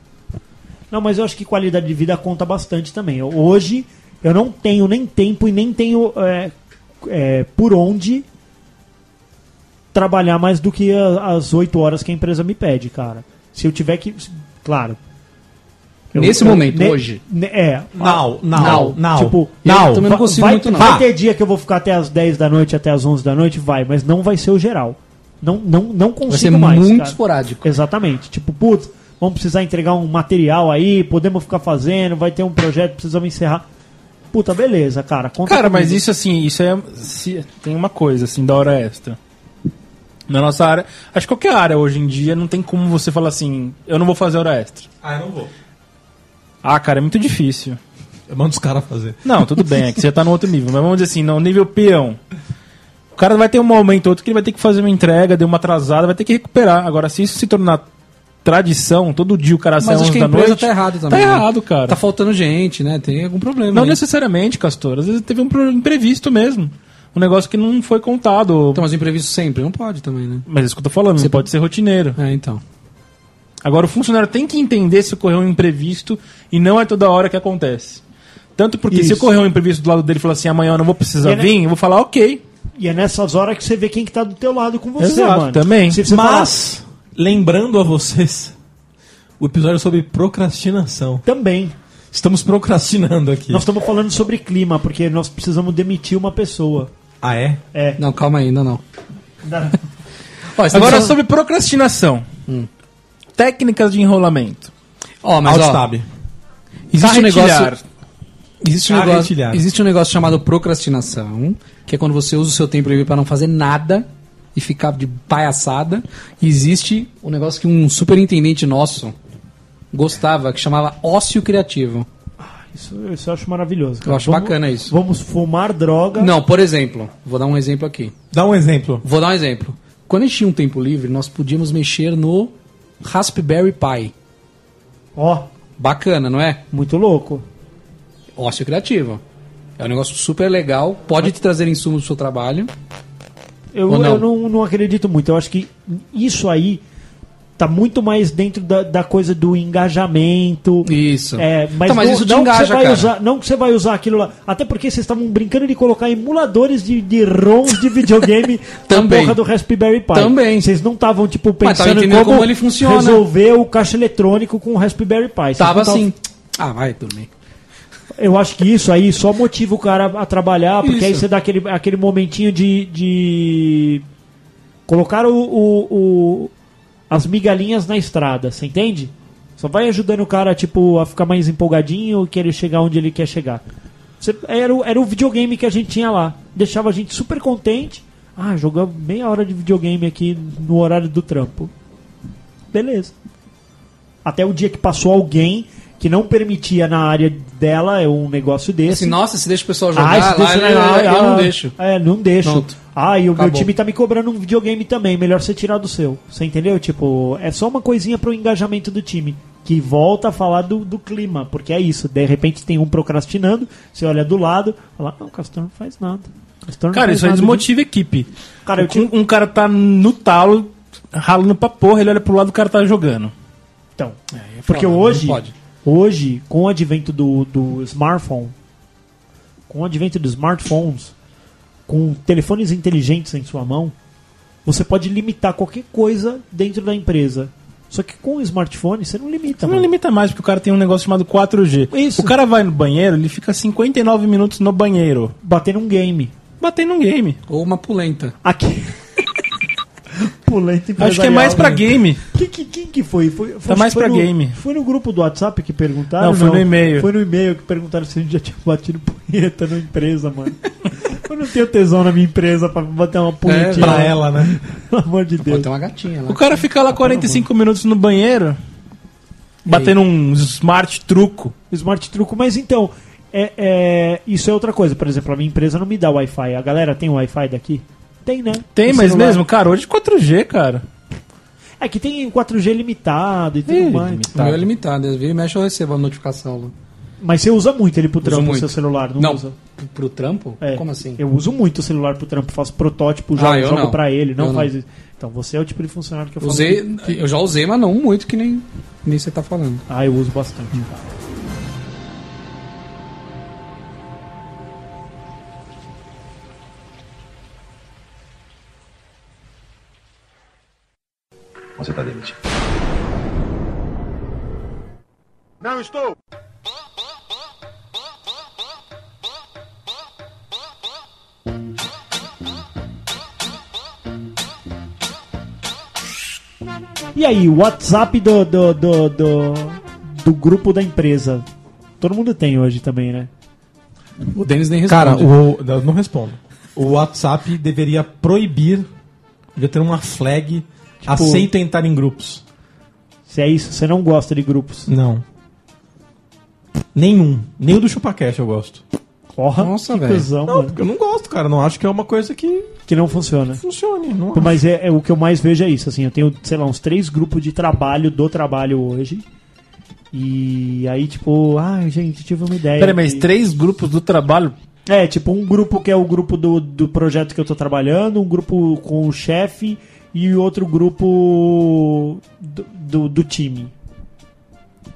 S2: Não, mas eu acho que qualidade de vida conta bastante também. Eu- hoje eu não tenho nem tempo e nem tenho é, é, por onde trabalhar mais do que a- as 8 horas que a empresa me pede, cara. Se eu tiver que. se- Claro.
S4: Nesse momento, hoje.
S2: ne- é.
S1: Now, now,
S4: Now.
S1: now.
S2: Tipo,
S4: eu
S1: now.
S4: também- não consigo
S2: vai,
S4: muito, não.
S2: vai
S4: Ah.
S2: ter dia que eu vou ficar até as 10 da noite, até as 11 da noite, vai, mas não vai ser o geral. Não, não, não consigo
S4: Vai ser
S2: mais.
S4: muito
S2: cara.
S4: esporádico.
S2: Exatamente. Tipo, putz, vamos precisar entregar um material aí, podemos ficar fazendo, vai ter um projeto, precisamos encerrar. Puta, beleza, cara. Conta
S3: Cara, mas
S2: comigo.
S3: isso assim, isso é. se- tem uma coisa, assim, da hora extra. Na nossa área. Acho que qualquer área hoje em dia não tem como você falar assim, eu não vou fazer hora extra.
S1: Ah, eu não vou.
S3: Ah, cara, é muito difícil.
S1: Eu mando os caras fazer.
S3: Não, tudo bem, é que você já tá no outro nível. Mas vamos dizer assim, no nível peão. O cara vai ter um momento ou outro que ele vai ter que fazer uma entrega, deu uma atrasada, vai ter que recuperar. Agora, se isso se tornar tradição, todo dia o cara sai
S4: Mas
S3: às
S4: acho
S3: 11
S4: que a
S3: da
S4: empresa
S3: noite.
S4: tá errado também.
S3: Tá
S4: né?
S3: errado, cara.
S4: Tá faltando gente, né? Tem algum problema.
S3: Não
S4: aí.
S3: necessariamente, Castor. Às vezes teve um pro- imprevisto mesmo. Um negócio que não foi contado.
S4: Então, mas o imprevisto sempre não pode também, né?
S3: Mas é isso que eu tô falando, você
S4: Você-
S3: pode ser rotineiro.
S4: É, então.
S3: Agora, o funcionário tem que entender se ocorreu um imprevisto e não é toda hora que acontece. Tanto porque se
S2: Isso.
S3: ocorreu um imprevisto do lado dele e falar assim, amanhã eu não vou precisar
S2: Ele-
S3: vir, eu vou falar, ok.
S2: E é nessas horas que você vê quem que tá do teu lado com você,
S3: Exato,
S2: mano.
S3: também.
S2: Se você falar,
S1: Mas, lembrando a vocês, o episódio é sobre procrastinação.
S2: também.
S1: Estamos procrastinando aqui.
S2: Nós estamos falando sobre clima, porque nós precisamos demitir uma pessoa.
S1: Ah, é?
S2: É.
S4: Não, calma aí, ainda não. Ó, é estamos
S3: Agora,
S4: falando-
S3: sobre procrastinação.
S2: Hum.
S3: Técnicas de enrolamento.
S4: Ó, mas
S1: Alt
S4: ó,
S1: Tab.
S4: existe um
S3: Carretilhar.
S4: negócio... Existe um negócio,
S1: Carretilhar.
S4: existe um negócio chamado procrastinação, que é quando você usa o seu tempo livre pra não fazer nada e ficar de palhaçada. E existe um negócio que um superintendente nosso gostava, que chamava ócio criativo.
S2: Isso, isso eu acho maravilhoso. cara.
S4: Eu acho
S2: Vamos-
S4: bacana isso.
S2: Vamos fumar droga.
S4: Não, por exemplo, vou dar um exemplo aqui.
S1: Dá um exemplo.
S4: Vou dar um exemplo. Quando a gente tinha um tempo livre, nós podíamos mexer no Raspberry Pi.
S2: Ó,
S4: Bacana, não é?
S2: muito louco.
S4: Ócio criativo. É um negócio super legal, pode te trazer insumos pro seu trabalho.
S2: Eu,
S4: Ou não?
S2: eu não, não acredito muito. Eu acho que isso aí tá muito mais dentro da, da coisa do engajamento.
S4: Isso.
S2: É, mas,
S4: Então, mas
S2: não,
S4: isso te
S2: não que
S4: engaja,
S2: você vai
S4: cara.
S2: usar, não que você vai usar aquilo lá. Até porque vocês estavam brincando de colocar emuladores de, de ROMs de videogame na
S4: Também.
S2: porra do Raspberry Pi.
S4: Também.
S2: Vocês não estavam, tipo,
S4: Mas tava
S2: pensando em
S4: entendendo
S2: como,
S4: como ele funciona.
S2: resolver o caixa eletrônico com o Raspberry Pi. Vocês
S4: Tava
S2: não tavam-
S4: assim. Ah, vai, tudo bem.
S2: Eu acho que isso aí só motiva o cara a trabalhar, porque
S4: Isso.
S2: aí você dá aquele, aquele momentinho de. de colocar o, o- o- as migalhinhas na estrada, você entende? Só vai ajudando o cara, tipo, a ficar mais empolgadinho, querer chegar onde ele quer chegar. Você- era, o, era o videogame que a gente tinha lá. Deixava a gente super contente. Ah, jogamos meia hora de videogame aqui no horário do trampo. Beleza. Até o dia que passou alguém que não permitia na área dela é um negócio desse.
S4: Assim, nossa, se deixa o pessoal
S2: Ah,
S4: jogar
S2: isso
S4: lá,
S2: deixa
S4: eu,
S2: lá,
S4: eu não
S2: ah,
S4: deixo.
S2: É, não deixo.
S4: Pronto.
S2: Ah, e o
S4: Acabou.
S2: meu time tá me cobrando um videogame também. Melhor você tirar do seu. Você entendeu? Tipo, é só uma coisinha pro engajamento do time. Que volta a falar do, do clima, porque é isso. De repente tem um procrastinando, você olha do lado, fala, não, o Castor não faz nada. Castor não
S3: Cara,
S2: faz
S3: isso aí
S2: nada
S3: desmotiva a equipe.
S2: Cara, eu
S3: um,
S2: tive-
S3: um cara tá no talo, ralando pra porra, ele olha pro lado, o cara tá jogando.
S2: disso." Então, porque
S4: É, foda, né? não
S2: hoje,
S4: pode.
S2: hoje, com o advento do, do smartphone, com o advento dos smartphones, com telefones inteligentes em sua mão, você pode limitar qualquer coisa dentro da empresa. Só que com o smartphone você não limita.
S3: Você não
S2: mano.
S3: limita mais, porque o cara tem um negócio chamado 4G.
S2: Tá Isso.
S3: O cara vai no banheiro, ele fica 59 minutos no banheiro,
S2: Bater num game.
S3: batendo um game.
S4: Ou uma pulenta.
S2: Aqui. Pulenta
S3: Acho que é mais pra
S2: empresarial,
S3: game.
S2: né? Quem, que- quem que foi? foi, foi
S3: Tá mais
S2: foi
S3: pra
S2: no-
S3: game.
S2: Foi no grupo do WhatsApp que perguntaram?
S3: Não, foi no e-mail.
S2: Foi no e-mail que perguntaram se a gente já tinha batido punheta na empresa, mano. Eu não tenho tesão na minha empresa pra bater uma punhetinha.
S1: Pra ela, né?
S2: Pelo amor de
S4: Pô,
S2: Deus.
S4: tem uma gatinha lá.
S3: O cara fica
S2: Tá
S3: lá 45 minutos no banheiro, batendo um smart truco.
S2: Smart truco, mas então. É, é, isso é outra coisa. Por exemplo, a minha empresa não me dá Wi-Fi. A galera tem Wi-Fi daqui? Tem, né?
S3: Tem, mas
S2: celular.
S3: mesmo, cara, hoje 4G, cara.
S2: É que tem 4G limitado e tudo
S3: Ih,
S2: mais.
S4: O meu é limitado. Às vezes mexe eu recebo a notificação lá.
S2: Mas você usa muito ele pro trampo, o
S4: muito.
S2: seu celular, não,
S4: Não,
S2: usa?
S4: pro- pro trampo?
S2: É.
S4: Como assim?
S2: Eu uso muito o celular pro trampo, faço protótipo, jogo,
S4: Ah, eu
S2: jogo
S4: não.
S2: pra ele, não
S4: Eu
S2: faz isso. Então você é o tipo de funcionário que eu falo.
S4: Usei,
S2: que-
S4: eu já usei, mas não muito que nem, nem você tá falando.
S2: Ah, eu uso bastante.
S5: Você está demitido.
S2: E aí, o WhatsApp do, do, do, do, do grupo da empresa? Todo mundo tem hoje também, né?
S4: O Denis nem responde.
S1: Cara, o, não não respondo. O WhatsApp deveria proibir, devia ter uma flag, aceita entrar em grupos.
S2: Se é isso, você não gosta de grupos.
S1: Não. Nenhum. Nem o do ChupaCast eu gosto.
S2: Porra,
S4: Nossa,
S2: que
S4: velho.
S2: cuzão,
S1: Não,
S2: mano.
S1: porque eu não gosto, cara. Não acho que é uma coisa que
S2: Que não funciona.
S1: funcione. Não acho.
S2: Mas é, é o que eu mais vejo é isso, assim, eu tenho, sei lá, uns três grupos de trabalho do trabalho hoje. E aí, tipo, ai, gente, tive uma ideia.
S3: Peraí, mas
S2: que-
S3: três grupos do trabalho.
S2: É, tipo, um grupo que é o grupo do, do projeto que eu tô trabalhando, um grupo com o chefe e outro grupo do, do, do time.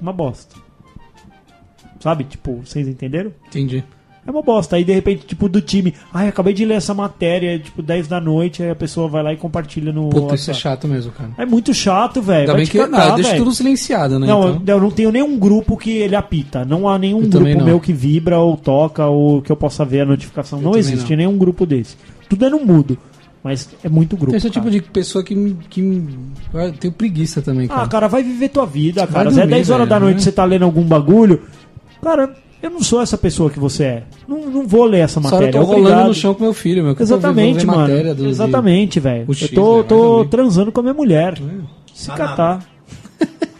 S2: Uma bosta. Sabe? Tipo, vocês entenderam?
S4: Entendi.
S2: É uma bosta. Aí, de repente, tipo, do time. Ai, acabei de ler essa matéria, tipo, 10 da noite, aí a pessoa vai lá e compartilha no.
S4: Puta, isso é
S2: WhatsApp.
S4: chato mesmo, cara.
S2: É muito chato, velho.
S4: Ainda
S2: Vai
S4: bem
S2: te
S4: que
S2: catar,
S4: ah, deixa
S2: velho.
S4: tudo silenciado, né?
S2: Não,
S4: então.
S2: eu não tenho nenhum grupo que ele apita. Não há nenhum
S4: Eu também
S2: grupo
S4: não.
S2: meu que vibra ou toca ou que eu possa ver a notificação. não
S4: também
S2: existe
S4: não.
S2: nenhum grupo desse. Tudo é no mudo. Mas é muito grupo.
S4: Esse é o tipo
S2: cara.
S4: de pessoa que, me- que me- eu tenho preguiça também, cara.
S2: Ah, cara, vai viver tua vida,
S4: Vai
S2: cara. Se é
S4: dormir,
S2: 10 horas da
S4: velho,
S2: noite
S4: né?
S2: e você tá lendo algum bagulho. Cara, eu não sou essa pessoa que você é. Não, não vou ler essa
S4: Essa hora eu
S2: matéria.
S4: tô rolando
S2: obrigado.
S4: no chão com meu filho, meu. que eu tô
S2: Exatamente,
S4: vendo
S2: mano.
S4: matéria do- de-
S2: Exatamente, velho.
S4: o X,
S2: Eu tô,
S4: né? Vai
S2: tô
S4: dormir.
S2: transando com a minha mulher. Se
S1: Tá
S2: catar.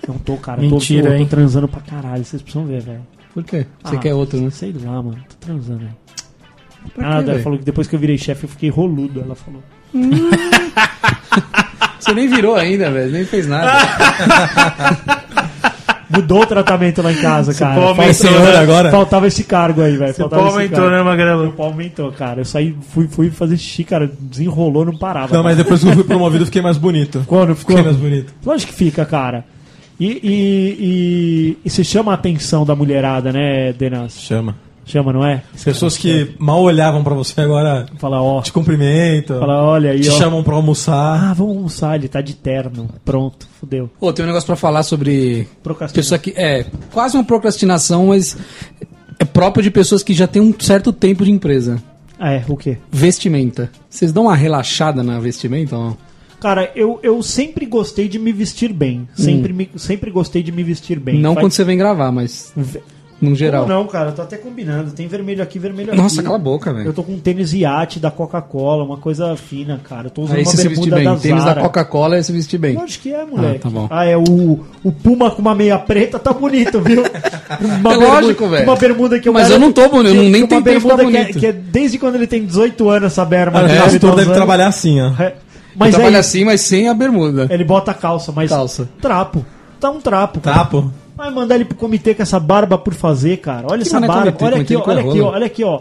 S2: Não tô, cara.
S3: Mentira,
S2: tô, tô,
S3: hein?
S2: tô transando pra caralho. Vocês precisam ver, velho.
S4: Por quê? Você
S2: Ah,
S4: quer outro, né?
S2: Sei lá, mano. Tô transando, velho.
S4: Pra
S2: ah,
S4: quê,
S2: ela
S4: velho?
S2: falou que depois que eu virei chefe eu fiquei roludo, ela falou.
S4: Você nem virou ainda, velho. Nem fez
S2: Ah.
S4: nada.
S2: Mudou o tratamento lá em casa, cara.
S3: pau
S2: Falta-
S3: aumentou,
S1: senhor agora?
S2: Faltava esse cargo aí, velho.
S3: Seu
S2: Faltava
S3: pau
S2: esse
S3: aumentou,
S2: cargo.
S3: né, Magrelo?
S2: Meu pau aumentou, cara. Eu saí, fui, fui fazer xixi, cara. Desenrolou, não parava.
S1: Não, mas depois que eu fui promovido, eu fiquei mais bonito.
S2: Ficou, não ficou?
S1: Fiquei mais bonito.
S2: Lógico que fica, cara. E, e, e, e você chama a atenção da mulherada, né, Denas?
S1: Chama.
S2: Chama, não é?
S1: As pessoas que mal olhavam pra você agora
S2: Fala, ó.
S1: te cumprimentam,
S2: Fala, olha aí,
S1: te
S2: ó.
S1: chamam pra almoçar.
S2: Ah, vamos almoçar, ele tá de terno. Pronto, fudeu.
S4: Pô, tem um negócio pra falar sobre
S2: Procrastinação.
S4: pessoa que é quase uma procrastinação, mas é próprio de pessoas que já têm um certo tempo de empresa.
S2: Ah, é, o quê?
S4: Vestimenta. Vocês dão uma relaxada na vestimenta? ou não?
S2: Cara, eu, eu sempre gostei de me vestir bem. Sempre, me- sempre gostei de me vestir bem.
S4: Hum. Não
S2: Faz-
S4: quando você vem gravar, mas
S2: Ve-
S4: no geral.
S2: Como não, cara, eu tô até combinando. Tem vermelho aqui, vermelho aqui.
S4: Nossa, cala a boca,
S2: Eu
S4: velho.
S2: tô com um tênis iate da Coca-Cola, uma coisa fina, cara. Eu tô usando
S4: Aí
S2: uma
S4: você se vestir
S2: bermuda da
S4: bem.
S2: Zara.
S4: Tênis da Coca-Cola é se vestir bem.
S2: Lógico que é, moleque.
S4: Ah, tá bom.
S2: é o, o Puma com uma meia preta tá bonito, viu? Uma
S4: É lógico,
S2: bermuda-
S4: velho.
S2: Uma bermuda que eu
S4: Mas eu não tô bonito, eu nem
S2: uma
S4: tentei ficar
S2: bermuda que é-
S4: bonito. É.
S2: Que é desde quando ele tem 18 anos, essa berma.
S1: Cara,
S2: que
S1: o
S2: ele tá
S1: pastor deve
S2: usando.
S1: trabalhar assim, ó.
S2: É. Mas
S4: Trabalha
S2: é isso. É, tá
S4: assim, mas sem a bermuda.
S2: Ele bota calça, mas.
S4: Calça.
S2: Trapo. Tá um trapo. cara.
S1: Trapo.
S2: Vai mandar ele pro comitê com essa barba por fazer, cara. Olha essa
S1: é
S4: mané
S2: barba.
S4: comitê?
S2: olha
S4: Comitê
S2: aqui, ó, olha
S4: de
S2: aqui, ó,
S4: Coca-Cola.
S2: olha aqui, ó.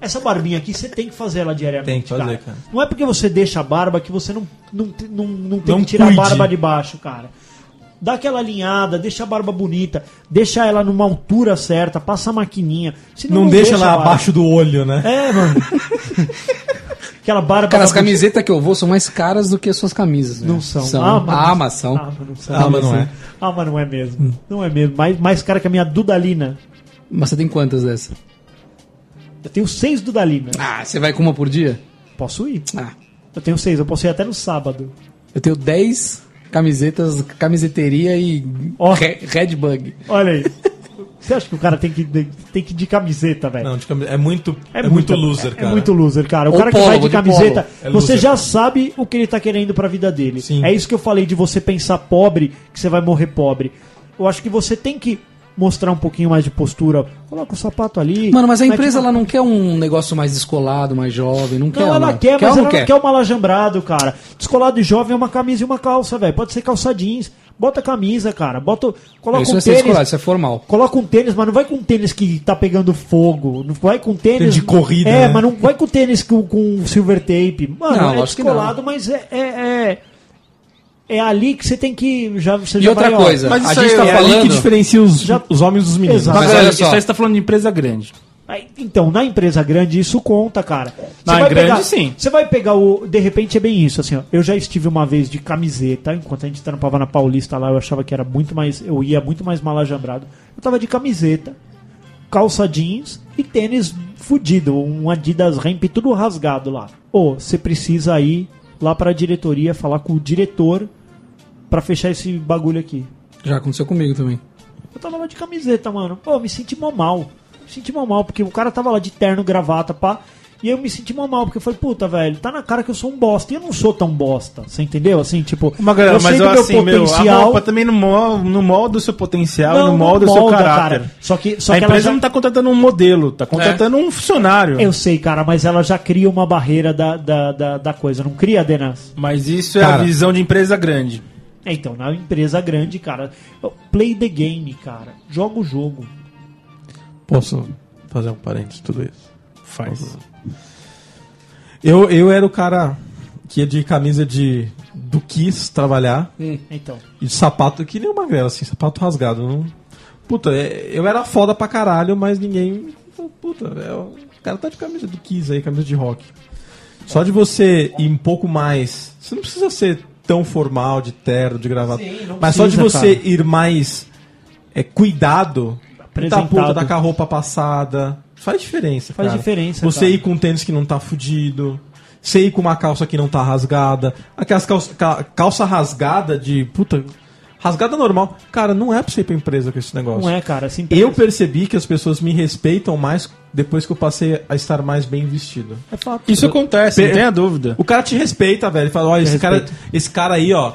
S2: Essa barbinha aqui você tem que fazer ela diariamente.
S1: Tem que fazer, cara.
S2: Não é porque você deixa a barba que você não, não, te- não, não tem
S1: Não
S2: que tirar
S1: cuide.
S2: a barba de baixo, cara. Dá aquela alinhada, deixa a barba bonita, deixa ela numa altura certa, passa a maquininha. Senão
S1: Não, deixa
S2: a
S1: lá
S2: barba.
S1: abaixo do olho, né?
S2: É, mano. aquela barba.
S4: Cara, as
S2: da-
S4: camisetas que eu vou são mais caras do que as suas camisas.
S2: Não
S4: velho.
S2: são.
S4: são.
S2: Ah, mas-
S4: Ah, mas são.
S2: Ah, mas não são.
S1: Ah, mas não é.
S2: Ah, mas não é mesmo. Não é mesmo. Mais, mais cara que a minha Dudalina.
S4: Mas você tem quantas dessas?
S2: Eu tenho seis Dudalinas.
S4: Ah, você vai com uma por dia?
S2: Posso ir.
S4: Ah,
S2: Eu tenho seis, eu posso ir até no sábado.
S4: eu tenho 10 camisetas, camiseteria e
S2: Ó.
S4: re- Red Bug.
S2: Olha aí. Você acha que o cara tem que, tem que ir de camiseta, velho?
S1: Não, de camisa- é muito, é, muito
S2: muita-
S1: loser,
S2: é,
S1: cara.
S2: É muito loser, cara. O
S4: Ou
S2: cara que
S4: polo,
S2: vai de
S4: vou de
S2: camiseta,
S4: polo.
S1: É
S2: você
S1: loser.
S2: já sabe o que ele tá querendo pra vida dele.
S1: Sim.
S2: É isso que eu falei de você pensar pobre, que você vai morrer pobre. Eu acho que você tem que mostrar um pouquinho mais de postura. Coloca o sapato ali. tipo,
S4: Mano, mas a
S2: mete
S4: empresa
S2: uma-
S4: ela não quer um negócio mais descolado, mais jovem, não quer. um
S2: Não, ela
S4: mano.
S2: quer,
S4: ou
S2: mas
S4: não
S2: ela não quer o malajambrado, cara. Descolado e jovem é uma camisa e uma calça, velho. Pode ser calça jeans. Bota camisa, cara. Bota, o- coloca
S4: Isso
S2: um
S4: é ser
S2: tênis.
S4: descolado, isso é formal.
S2: Coloca um tênis, mas não vai com um tênis que tá pegando fogo. Não vai com tênis.
S1: Tênis de corrida,
S2: É,
S1: né?
S2: mas não vai com tênis com, com silver tape. Mano,
S4: Não,
S2: é
S4: lógico que
S2: descolado, mas é. é, é... é ali que você tem que. Já, você
S4: E
S2: já
S4: outra
S2: vai, ó.
S4: coisa,
S1: Mas
S4: a
S1: isso
S4: gente
S1: aí
S4: tá
S1: é ali que
S4: falando.
S1: diferencia os,
S2: Já-
S1: os homens dos meninos.
S2: Exato.
S4: Mas
S3: Mas
S4: olha
S3: isso
S4: só.
S3: aí você tá falando de empresa grande.
S2: Aí, Então, na empresa grande isso conta, cara.
S3: Na
S2: vai
S3: grande,
S2: pegar-
S3: sim.
S2: Você vai pegar o. De repente é bem isso, assim, ó. Eu já estive uma vez de camiseta, enquanto a gente trampava na Paulista lá, eu achava que era muito mais. Eu ia muito mais malajambrado. Eu tava de camiseta, calça jeans e tênis fudido, um Adidas Ramp tudo rasgado lá. Ô, você precisa ir lá pra diretoria falar com o diretor pra fechar esse bagulho aqui.
S4: Já aconteceu comigo também.
S2: Eu tava lá de camiseta, mano. Pô, eu me senti mó mal. Me senti mó mal, porque o cara tava lá de terno, gravata, pá. E eu me senti mó mal, porque eu falei, puta, velho, tá na cara que eu sou um bosta. E eu não sou tão bosta, você entendeu? Assim, tipo,
S3: Mas, galera,
S2: eu sei
S3: mas
S2: do
S3: eu,
S2: meu
S3: assim, meu, a
S2: potencial.
S3: roupa também não molda, não molda o seu potencial, não,
S2: não
S3: molda o seu
S2: molda,
S3: caráter.
S2: cara. Só que, só
S3: a
S2: que ela
S3: empresa
S2: já...
S3: não tá contratando um modelo, tá contratando um funcionário.
S2: Eu sei, cara, mas ela já cria uma barreira da, da, da, da coisa, não cria, Denas?
S3: Mas isso é
S1: Cara.
S3: a visão de empresa grande.
S2: É, então, na empresa grande, cara, play the game, cara. Joga o jogo.
S1: Posso fazer um parênteses tudo isso?
S3: Faz.
S1: Eu, eu era o cara que ia de camisa de do Kiss trabalhar
S2: Então,
S1: e de sapato, que nem uma magrela, assim, sapato rasgado. Não... Puta, é- eu era foda pra caralho, mas ninguém. Puta, é, o cara tá de camisa do Kiss aí, camisa de rock. Só de você ir um pouco mais. Você não precisa ser tão formal, de terno, de gravata. mas só de
S2: precisa,
S1: você ir mais é, cuidado. Tá
S2: Apresentado.
S1: puta, tá com a roupa passada. Faz diferença.
S2: Faz
S1: cara.
S2: diferença,
S1: Você
S2: cara.
S1: ir com um tênis que não tá fudido. Você ir com uma calça que não tá rasgada. Aquelas calça, ca- calça rasgada de. Puta. Rasgada normal. Cara, não é pra você ir pra empresa com esse negócio.
S2: não é, cara, assim.
S1: Eu percebi que as pessoas me respeitam mais depois que eu passei a estar mais bem vestido.
S2: É fato.
S3: Isso acontece,
S1: Pe-
S3: não tenha dúvida.
S1: O cara te respeita, velho. Fala, olha, esse cara, esse cara aí, ó.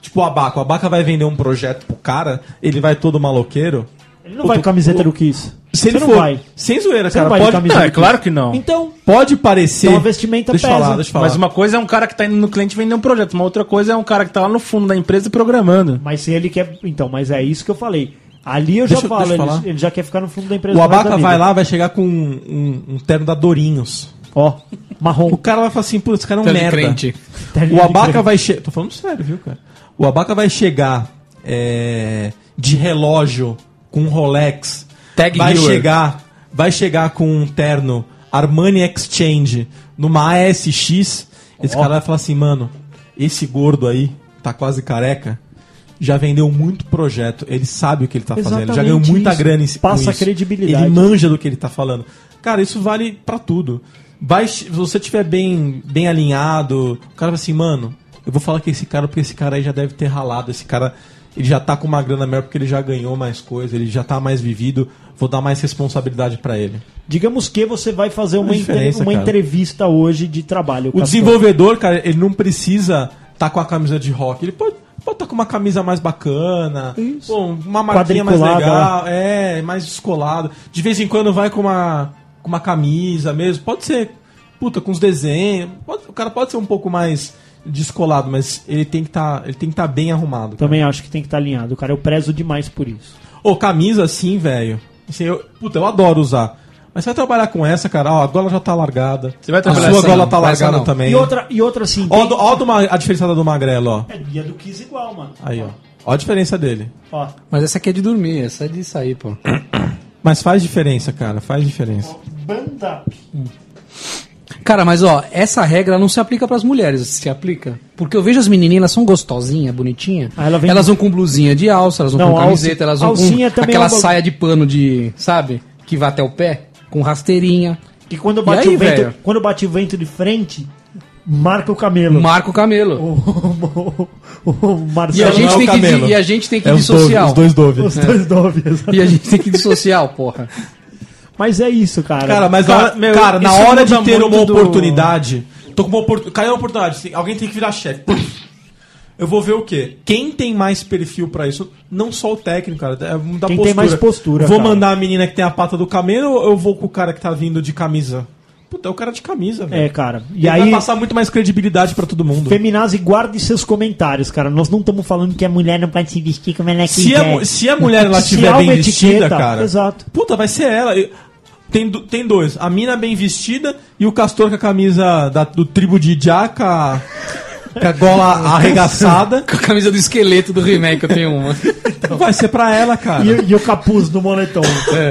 S1: Tipo o Abaca. O Abaca vai vender um projeto pro cara, ele vai todo maloqueiro.
S2: Ele não vai com camiseta do Kiss.
S1: Se ele
S2: Você não
S1: for.
S2: vai.
S1: Sem zoeira,
S2: Você
S1: cara. tá
S2: não vai de
S1: pode,
S2: camisa
S3: Não, é
S2: do
S3: claro que não.
S2: Então,
S1: pode parecer.
S2: Então a vestimenta
S1: deixa eu
S2: pesa.
S1: Falar, deixa eu falar.
S3: Mas uma coisa é um cara que tá indo no cliente vender um projeto, uma outra coisa é um cara que tá lá no fundo da empresa programando.
S2: mas se ele quer. Então, mas é isso que eu falei. Ali eu já
S1: Deixa eu-
S2: falo,
S1: deixa eu
S2: ele-
S1: falar.
S2: Ele, já quer ficar no fundo da empresa.
S1: O
S2: mais da
S1: Abaca
S2: vida.
S1: vai lá, vai chegar com um, um- um terno da Dorinhos.
S2: Ó,
S1: O
S2: marrom.
S1: cara vai falar assim, putz, esse cara é um
S4: Terno de
S1: merda.
S4: crente.
S2: Terno
S1: O
S2: de
S1: Abaca
S2: creme.
S1: vai chegar. Tô falando sério, viu, cara? O Abaca vai chegar é, de relógio com um Rolex.
S4: Tag
S1: vai
S4: Heuer.
S1: chegar, vai chegar com um terno Armani Exchange numa ASX. Esse cara vai falar assim, mano, esse gordo aí tá quase careca. Já vendeu muito projeto, ele sabe o que ele tá fazendo, ele já
S2: Exatamente
S1: ganhou muita
S2: isso.
S1: grana em si- com
S2: Passa
S1: isso.
S2: credibilidade.
S1: Ele manja do que ele tá falando. Cara, isso vale pra tudo. Vai, se você tiver bem, bem alinhado, o cara vai assim, mano, eu vou falar com esse cara porque esse cara aí já deve ter ralado, esse cara ele já tá com uma grana maior porque ele já ganhou mais coisa, ele já tá mais vivido, vou dar mais responsabilidade pra ele.
S2: Digamos que você vai fazer uma,
S1: Faz
S2: entre-
S1: diferença,
S2: uma
S1: cara.
S2: entrevista hoje de trabalho.
S1: O
S2: Castor.
S1: desenvolvedor, cara, ele não precisa tá com a camisa de rock, ele pode pode tá com uma camisa mais bacana, pô, uma marquinha mais
S2: Quadriculada, né?
S1: legal, é, mais descolado. De vez em quando vai com uma com uma camisa mesmo, pode ser, puta, com os desenhos, pode- o cara pode ser um pouco mais descolado, mas ele tem que tá, ele tem que tá bem arrumado. cara.
S2: Também acho que tem que estar alinhado, cara. Eu prezo demais por isso.
S1: Ô, camisa assim, velho. Assim, eu, puta, eu adoro usar. Mas você vai trabalhar com essa, cara, ó, a gola já tá largada.
S3: Você vai
S1: A
S3: trabalhar
S1: sua
S4: essa
S1: gola
S4: não,
S1: tá
S4: com essa
S1: largada
S4: não.
S1: também.
S2: E outra, e outra assim.
S1: Ó, do- ó do ma- a diferença do magrelo, ó.
S2: É dia do Kiss igual, mano.
S1: Aí, ó. Ó a diferença dele.
S2: Ó,
S4: Mas essa aqui é de dormir, essa é de sair, pô.
S1: Mas faz diferença, cara. Faz diferença.
S2: banda.
S4: Cara, mas ó, essa regra não se aplica pras mulheres, se aplica? Porque eu vejo as menininhas, elas são gostosinhas, bonitinhas.
S2: Ah, ela vem-
S4: Elas vão com blusinha de alça, elas vão
S2: Não,
S4: com
S2: alça-
S4: camiseta, elas vão
S2: alcinha
S4: com
S2: também
S4: aquela
S2: é uma-
S4: saia de pano de, sabe? Que vai até o pé, com rasteirinha.
S2: Que quando bate,
S4: E aí,
S2: o vento,
S4: velho?
S2: quando bate o vento de frente, marca o camelo.
S4: Marca o camelo.
S2: O, o, o, o
S4: E a,
S1: não
S2: Marcelo.
S1: é
S4: gente
S1: o
S4: tem que,
S1: camelo.
S4: di- e a gente tem que
S1: É os, dove,
S4: dissociar.
S1: os dois dove.
S2: Os dois doves.
S4: E a gente tem que dissociar, porra.
S2: Mas é isso, cara.
S1: Cara, mas
S3: Cara,
S1: na hora,
S3: meu,
S1: cara, na
S3: isso
S1: hora de
S3: muda
S1: ter
S3: muito
S1: uma
S3: do-
S1: oportunidade. Tô com uma oportunidade. Caiu uma oportunidade. assim, Alguém tem que virar chefe. Puf. Eu vou ver o quê? Quem tem mais perfil pra isso? Não só o técnico, cara. É da
S2: Quem tem mais postura,
S1: Vou
S2: cara.
S1: mandar a menina que tem a pata do camelo ou eu vou com o cara que tá vindo de camisa? Puta, é o cara de camisa, velho.
S2: É, cara. E
S1: Ele vai
S2: aí,
S1: passar muito mais credibilidade pra todo mundo.
S2: Feminazi, guarde seus comentários, cara. Nós não estamos falando que a mulher não pode se vestir como ela
S1: Se a,
S2: quiser.
S1: mu- se a mulher ela
S2: Se
S1: tiver
S2: há
S1: bem
S2: uma
S1: vestida,
S2: etiqueta,
S1: cara.
S2: exato.
S1: Puta, vai ser ela. Eu- Tem, do- tem dois. A mina bem vestida e o castor com a camisa da- do tribo de Jaca. Com a gola arregaçada.
S4: Com a camisa do esqueleto do Remake, eu tenho uma.
S1: Vai ser pra ela, cara.
S2: Então. E, e o capuz do moletom.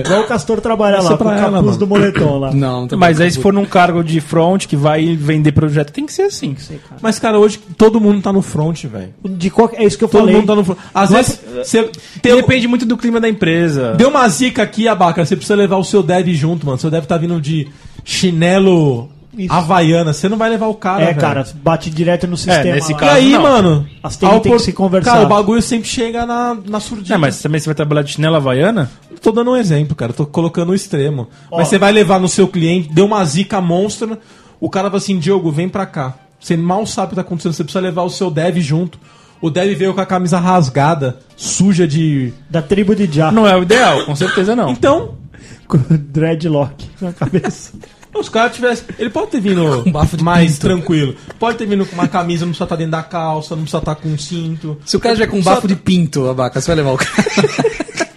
S2: Igual o Castor trabalha
S1: Isso
S2: lá,
S1: pra
S2: com o
S1: ela,
S2: capuz
S1: mano.
S2: do moletom lá.
S4: Não, tá
S3: Mas aí se for num cargo de front que vai vender projeto, tem que ser assim.
S1: Mas, cara, hoje todo mundo tá no front, velho.
S2: De qual... É isso que eu
S1: Todo
S2: falei.
S1: mundo tá no front. Às vezes, você
S3: E
S1: tem-
S3: Depende muito do clima da empresa.
S1: deu uma zica aqui, abaca. Você precisa levar o seu deve junto, mano. Seu deve tá vindo de chinelo
S2: Isso.
S1: Havaiana, você não vai levar o cara,
S2: é,
S1: velho.
S2: cara, bate direto no sistema.
S3: nesse
S2: lá.
S1: E
S3: caso-
S1: aí,
S3: Não.
S1: mano?
S2: As tem- tem que
S1: opor-
S2: se conversar.
S1: Cara, o bagulho sempre chega na, na surdina.
S3: É, mas também você vai trabalhar de chinela havaiana?
S1: Tô dando um exemplo, cara. Tô colocando o extremo.
S2: Ó.
S1: Mas você vai levar no seu cliente, deu uma zica monstra, o cara fala assim, Diogo, vem pra cá. Você mal sabe o que tá acontecendo, você precisa levar o seu dev junto. O dev veio com a camisa rasgada, suja de...
S2: Da tribo de Já.
S3: Não é o ideal, com certeza não.
S1: Então,
S2: Com dreadlock na cabeça.
S1: os caras tivessem... Ele pode ter vindo
S4: Um bafo de
S1: mais
S4: pinto.
S1: tranquilo. Pode ter vindo com uma camisa, não precisa estar dentro da calça, não precisa estar com um cinto.
S4: Se o cara já é com bafo de pinto, abaca, você vai levar o cara.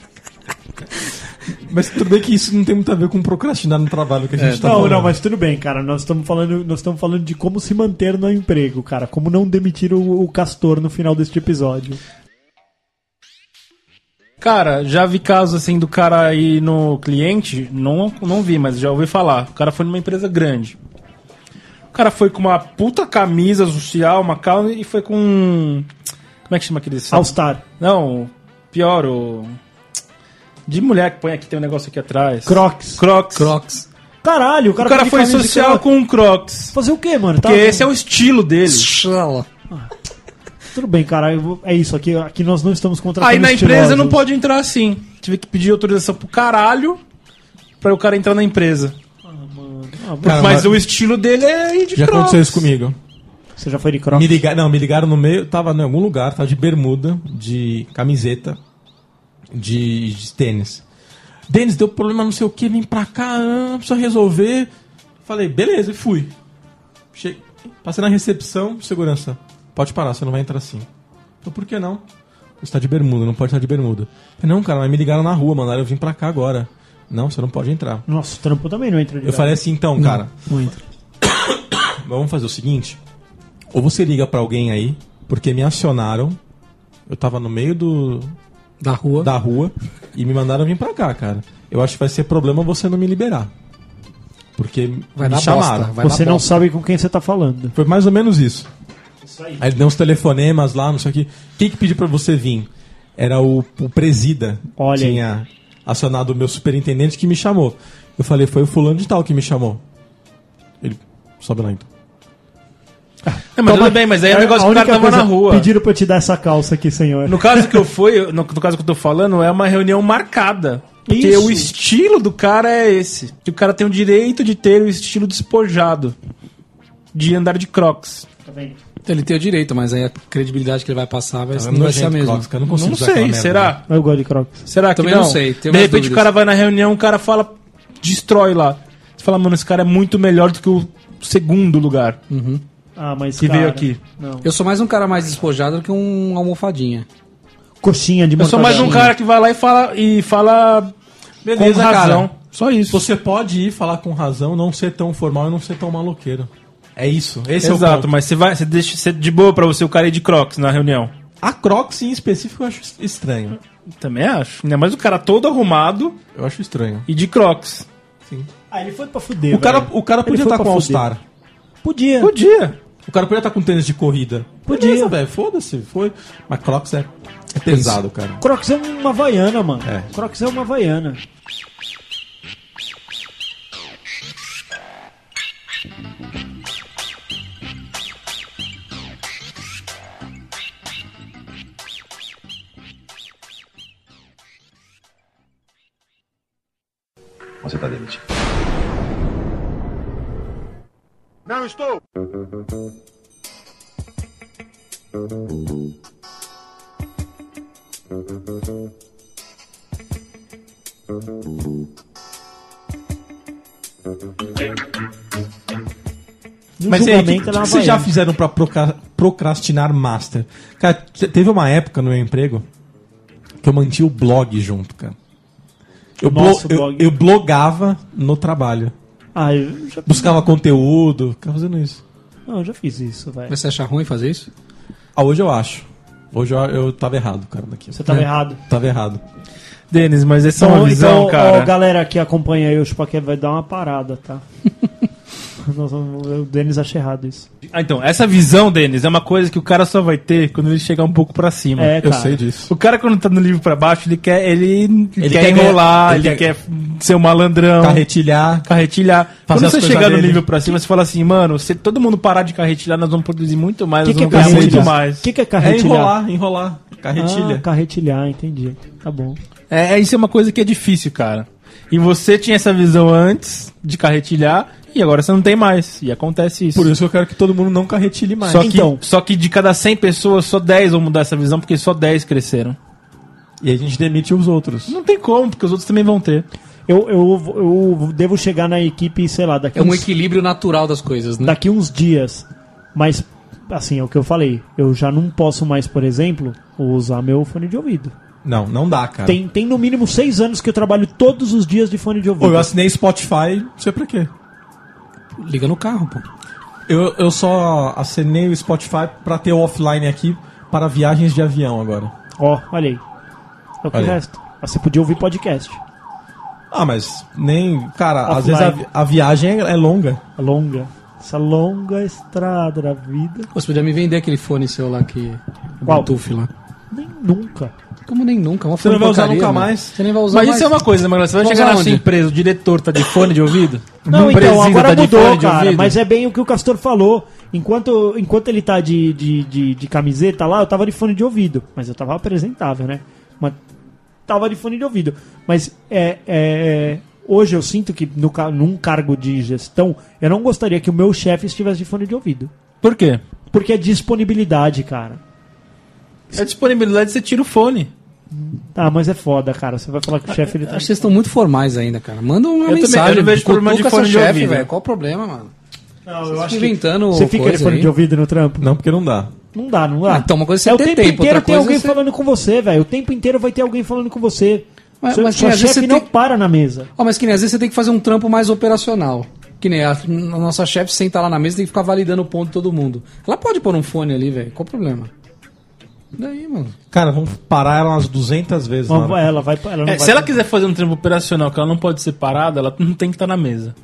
S1: Mas tudo bem que isso não tem muito a ver com procrastinar no trabalho que a
S4: É.
S1: gente tá
S2: não,
S1: falando.
S2: não, mas tudo bem, cara. Nós estamos falando, nós estamos falando de como se manter no emprego, cara. Como não demitir o, o Castor no final deste episódio.
S3: Cara, já vi casos assim do cara aí no cliente, não, não vi, mas já ouvi falar. O cara foi numa empresa grande. O cara foi com uma puta camisa social, uma calça e foi com. um- Como é que chama aquele
S2: All
S3: saco?
S2: Star,
S3: Não, pior, o. De mulher que põe aqui, tem um negócio aqui atrás.
S2: Crocs.
S3: Crocs.
S4: Crocs.
S2: Caralho, o
S3: O
S2: cara,
S3: cara
S2: de
S3: foi
S2: camisa de
S3: social
S2: crocs.
S3: com um Crocs.
S2: Fazer o quê, mano? Tá
S3: Porque esse é o estilo dele.
S4: Chala.
S2: Tudo bem, cara. eu vou- É isso, aqui, aqui nós não estamos contratando
S3: Aí na
S2: estilosos.
S3: empresa não pode entrar assim. Tive que pedir autorização pro caralho pra o cara entrar na empresa.
S2: Ah,
S1: Cara,
S3: mas
S1: mas-
S3: o estilo dele é ir de
S1: Já aconteceu
S3: Crocs.
S1: isso comigo.
S2: Você já foi de Crocs?
S1: Me ligaram, não, me ligaram no meio, tava em algum lugar, tava de bermuda, de camiseta, de, de tênis. Denis, deu problema não sei o que, vem pra cá, ah, precisa resolver. Falei, beleza, e fui. Che... Passei na recepção, segurança. Pode parar, você não vai entrar assim. Então por que não? Você tá de bermuda, não pode estar de bermuda. Falei, não, cara, mas me ligaram na rua, mandaram eu vim pra cá agora. Não, você não pode entrar.
S2: Nossa, o trampo também não entra de
S1: Eu falei assim, então, cara,
S2: Não entra.
S1: Vamos fazer o seguinte: ou você liga pra alguém aí, porque me acionaram. Eu tava no meio do,
S4: Da rua.
S1: da rua e me mandaram vir pra cá, cara. Eu acho que vai ser problema você não me liberar. Porque
S4: Vai
S1: me
S4: dar
S1: chamaram.
S4: bosta. Vai
S2: Você
S4: dar
S2: não
S4: bosta.
S2: sabe com quem você tá falando.
S1: Foi mais ou menos isso.
S2: Isso aí.
S1: Aí ele deu uns telefonemas lá, não sei o que. Quem que pediu pra você vir? Era o, o presida.
S2: Olha aí.
S1: Tinha acionado o meu superintendente que me chamou. Eu falei, foi o fulano de tal que me chamou. Ele, sobe lá então.
S3: É,
S2: Então,
S3: mas tudo bem, mas aí é o negócio que o cara tava na rua.
S2: Pediram pra eu te dar essa calça aqui, senhor.
S3: No caso que eu fui, no, no caso que eu tô falando, é uma reunião marcada. Porque
S2: Isso.
S3: o estilo do cara é esse. Que o cara tem o direito de ter o estilo despojado. De andar de crocs.
S2: Tá vendo?
S4: Ele tem o direito, mas aí a credibilidade que ele vai passar vai, não vai ser
S1: Tá
S4: a
S1: Nojento,
S4: mesma.
S1: Crocs, cara, eu não
S3: Não,
S1: consigo usar aquela
S3: sei,
S1: merda. né?
S3: será?
S2: Eu gosto de Crocs.
S3: Será que
S4: Também
S3: não?
S4: não sei,
S3: De
S4: tenho minhas
S3: repente o
S4: dúvidas.
S3: cara vai na reunião, o cara fala, destrói lá. Você fala, mano, esse cara é muito melhor do que o segundo lugar.
S2: Ah, mas
S3: Que
S2: cara,
S3: veio aqui.
S2: Não.
S4: Eu sou mais um cara mais despojado do que um almofadinha.
S2: Coxinha de
S3: Eu sou mais um
S2: mortadela.
S3: cara que vai lá e fala e fala
S1: Beleza,
S3: com razão.
S1: cara.
S3: Só isso.
S1: Você pode ir falar com razão, não ser tão formal e não ser tão maloqueiro. É isso. Esse é o
S3: Exato,
S1: ponto.
S3: mas você vai, você deixa você- é de boa pra você o cara ir de crocs na reunião.
S1: A Crocs em específico eu acho es- estranho.
S3: Também acho. Ainda mais o cara todo arrumado
S1: Eu acho estranho.
S3: e de crocs.
S2: Ah, ele foi pra fuder,
S1: O cara,
S2: velho.
S1: o cara
S2: Ele
S1: podia
S2: foi
S1: estar
S2: pra
S1: com
S2: fuder.
S1: All-Star.
S2: Podia.
S3: Podia.
S1: O cara podia estar com tênis de corrida.
S2: Podia.
S1: Beleza, velho. Foda-se. Foi. Mas Crocs é, é pesado, cara.
S2: Crocs é uma havaiana, mano.
S1: É.
S2: Crocs é uma havaiana.
S5: Você está demitido.
S2: No
S1: Mas e aí, o que,
S2: julgamento
S3: tipo,
S1: que
S2: ela é uma
S1: vocês já
S2: havaiana.
S1: fizeram pra proca- procrastinar master? Cara, te- teve uma época no meu emprego que eu mantinha o blog junto, cara. Eu, blo-
S2: Nossa, o
S1: eu-
S2: blog.
S1: eu blogava no trabalho.
S2: Ah, eu já,
S1: Buscava conteúdo, ficava fazendo isso.
S2: não, eu já fiz isso,
S1: É.
S2: velho.
S4: Mas Você acha ruim fazer isso?
S1: Ah, hoje eu acho. Hoje eu, eu tava errado, cara, daqui.
S2: Você tá tava errado.
S1: Tava errado.
S3: Denis, mas essa é uma visão,
S2: então, ó,
S3: cara.
S2: galera que acompanha aí o Chupaquete vai dar uma parada, tá? Nossa, o Denis acha errado isso.
S3: Ah, então, essa visão, Denis, é uma coisa que o cara só vai ter quando ele chegar um pouco pra cima.
S2: É,
S1: Eu
S2: cara.
S1: sei disso.
S3: O cara, quando tá no livro pra baixo, ele quer, ele quer,
S1: quer
S3: enrolar,
S1: ganhar-
S3: ele,
S1: ele
S3: quer...
S1: quer-
S3: ser um malandrão,
S1: Carretilhar.
S3: carretilhar.
S1: Fazer
S3: quando
S1: as
S3: você
S1: coisas
S3: chegar no
S1: dele.
S3: nível pra cima, você fala assim, mano, se todo mundo parar de carretilhar, nós vamos produzir muito mais,
S2: Que
S3: nós
S2: que é
S3: vamos ganhar muito
S1: carretilhar?
S3: mais.
S2: O que, que é
S1: É
S2: carretilhar?
S1: enrolar, enrolar.
S2: Ah,
S1: Carretilha.
S2: carretilhar, entendi. Tá bom.
S3: É, isso é uma coisa que é difícil, cara. E você tinha essa visão antes de carretilhar, e agora você não tem mais. E acontece isso.
S1: Por isso que eu quero que todo mundo não carretilhe mais.
S3: Só que,
S2: Então.
S3: só que de cada 100 pessoas, só 10 vão mudar essa visão, porque só 10 cresceram.
S1: E a gente demite os outros.
S3: Não tem como, porque os outros também vão ter.
S2: Eu, eu, eu devo chegar na equipe, sei lá, daqui
S4: É um
S2: uns-
S4: equilíbrio natural das coisas, né?
S2: daqui uns dias. Mas, assim, é o que eu falei. Eu já não posso mais, por exemplo, usar meu fone de ouvido.
S1: Não, não dá, cara.
S2: Tem, tem no mínimo seis anos que eu trabalho todos os dias de fone de
S1: Pô,
S2: ouvido.
S1: eu assinei Spotify, não sei pra quê.
S4: Liga no carro, pô.
S1: Eu, eu só assinei o Spotify pra ter o offline aqui para viagens de avião agora.
S2: Ó, olha aí. É o que
S1: Olha aí.
S2: resta. Ah, Você podia ouvir podcast.
S1: Ah, mas nem. Cara, às
S2: Offline.
S1: vezes a, vi- a viagem é, é longa.
S2: A longa. Essa longa estrada da vida.
S4: Pô, Você podia me vender aquele fone seu lá que.
S2: Qual?
S4: Bluetooth lá.
S2: Nem nunca.
S4: Como nem nunca. Uma
S1: Você não
S4: fone
S1: vai usar
S4: porcaria,
S1: nunca
S4: mano.
S1: mais.
S4: Você nem vai usar
S3: Mas
S4: mais.
S3: isso é uma coisa, Magalhães. Você vai
S4: Vamos
S3: chegar na
S4: aonde?
S3: sua empresa, o diretor tá de fone de ouvido?
S2: Não,
S3: O
S2: então,
S3: presida
S2: agora
S3: tá de
S2: mudou,
S3: fone de
S2: cara.
S3: ouvido?
S2: Mas é bem o que o Castor falou. Enquanto, enquanto ele tá de, de, de, de camiseta lá, eu tava de fone de ouvido. Mas eu tava apresentável, né? Mas tava de fone de ouvido. Mas é, é, hoje eu sinto que no, ca- num cargo de gestão, eu não gostaria que o meu chefe estivesse de fone de ouvido.
S3: Por quê?
S2: Porque é disponibilidade, cara.
S3: É disponibilidade, você tira o fone.
S2: Ah, mas é foda, cara. Você vai falar que o chefe ele tá.
S4: Acho que vocês estão muito formais ainda, cara. Manda uma
S3: também-
S4: mensagem.
S3: eu não vejo problema de
S4: cutuca
S3: fone
S4: seu
S3: de
S4: chefe,
S3: ouvido.
S4: velho. Qual o problema, mano?
S2: Não,
S4: Vocês ficam inventando
S2: Você fica de
S4: coisa
S2: fone
S4: aí.
S2: de ouvido no trampo?
S1: Não, porque não dá.
S2: Não dá, não dá.
S4: Ah, então, uma coisa é você
S2: é o
S4: ter
S2: tempo
S4: tempo,
S2: inteiro
S4: outra
S2: tem
S4: coisa
S2: alguém
S4: é você-
S2: falando com você, velho. O tempo inteiro vai ter alguém falando com você.
S4: Mas-
S2: Seu,
S4: mas,
S2: sua
S4: às vezes,
S2: chefe
S4: você
S2: não
S4: tem-
S2: para na mesa.
S4: Ó, mas que nem às vezes você tem que fazer um trampo mais operacional. Que nem a, a nossa chefe senta lá na mesa e tem que ficar validando o ponto de todo mundo. Ela pode pôr um fone ali, velho. Qual o problema? Daí, mano.
S1: Cara, vamos parar ela umas 200 vezes.
S2: Uma-
S1: Mano.
S2: ela vai, ela não
S3: É,
S2: vai-
S3: se ela quiser fazer um trampo operacional que ela não pode ser parada, ela não tem que estar na mesa.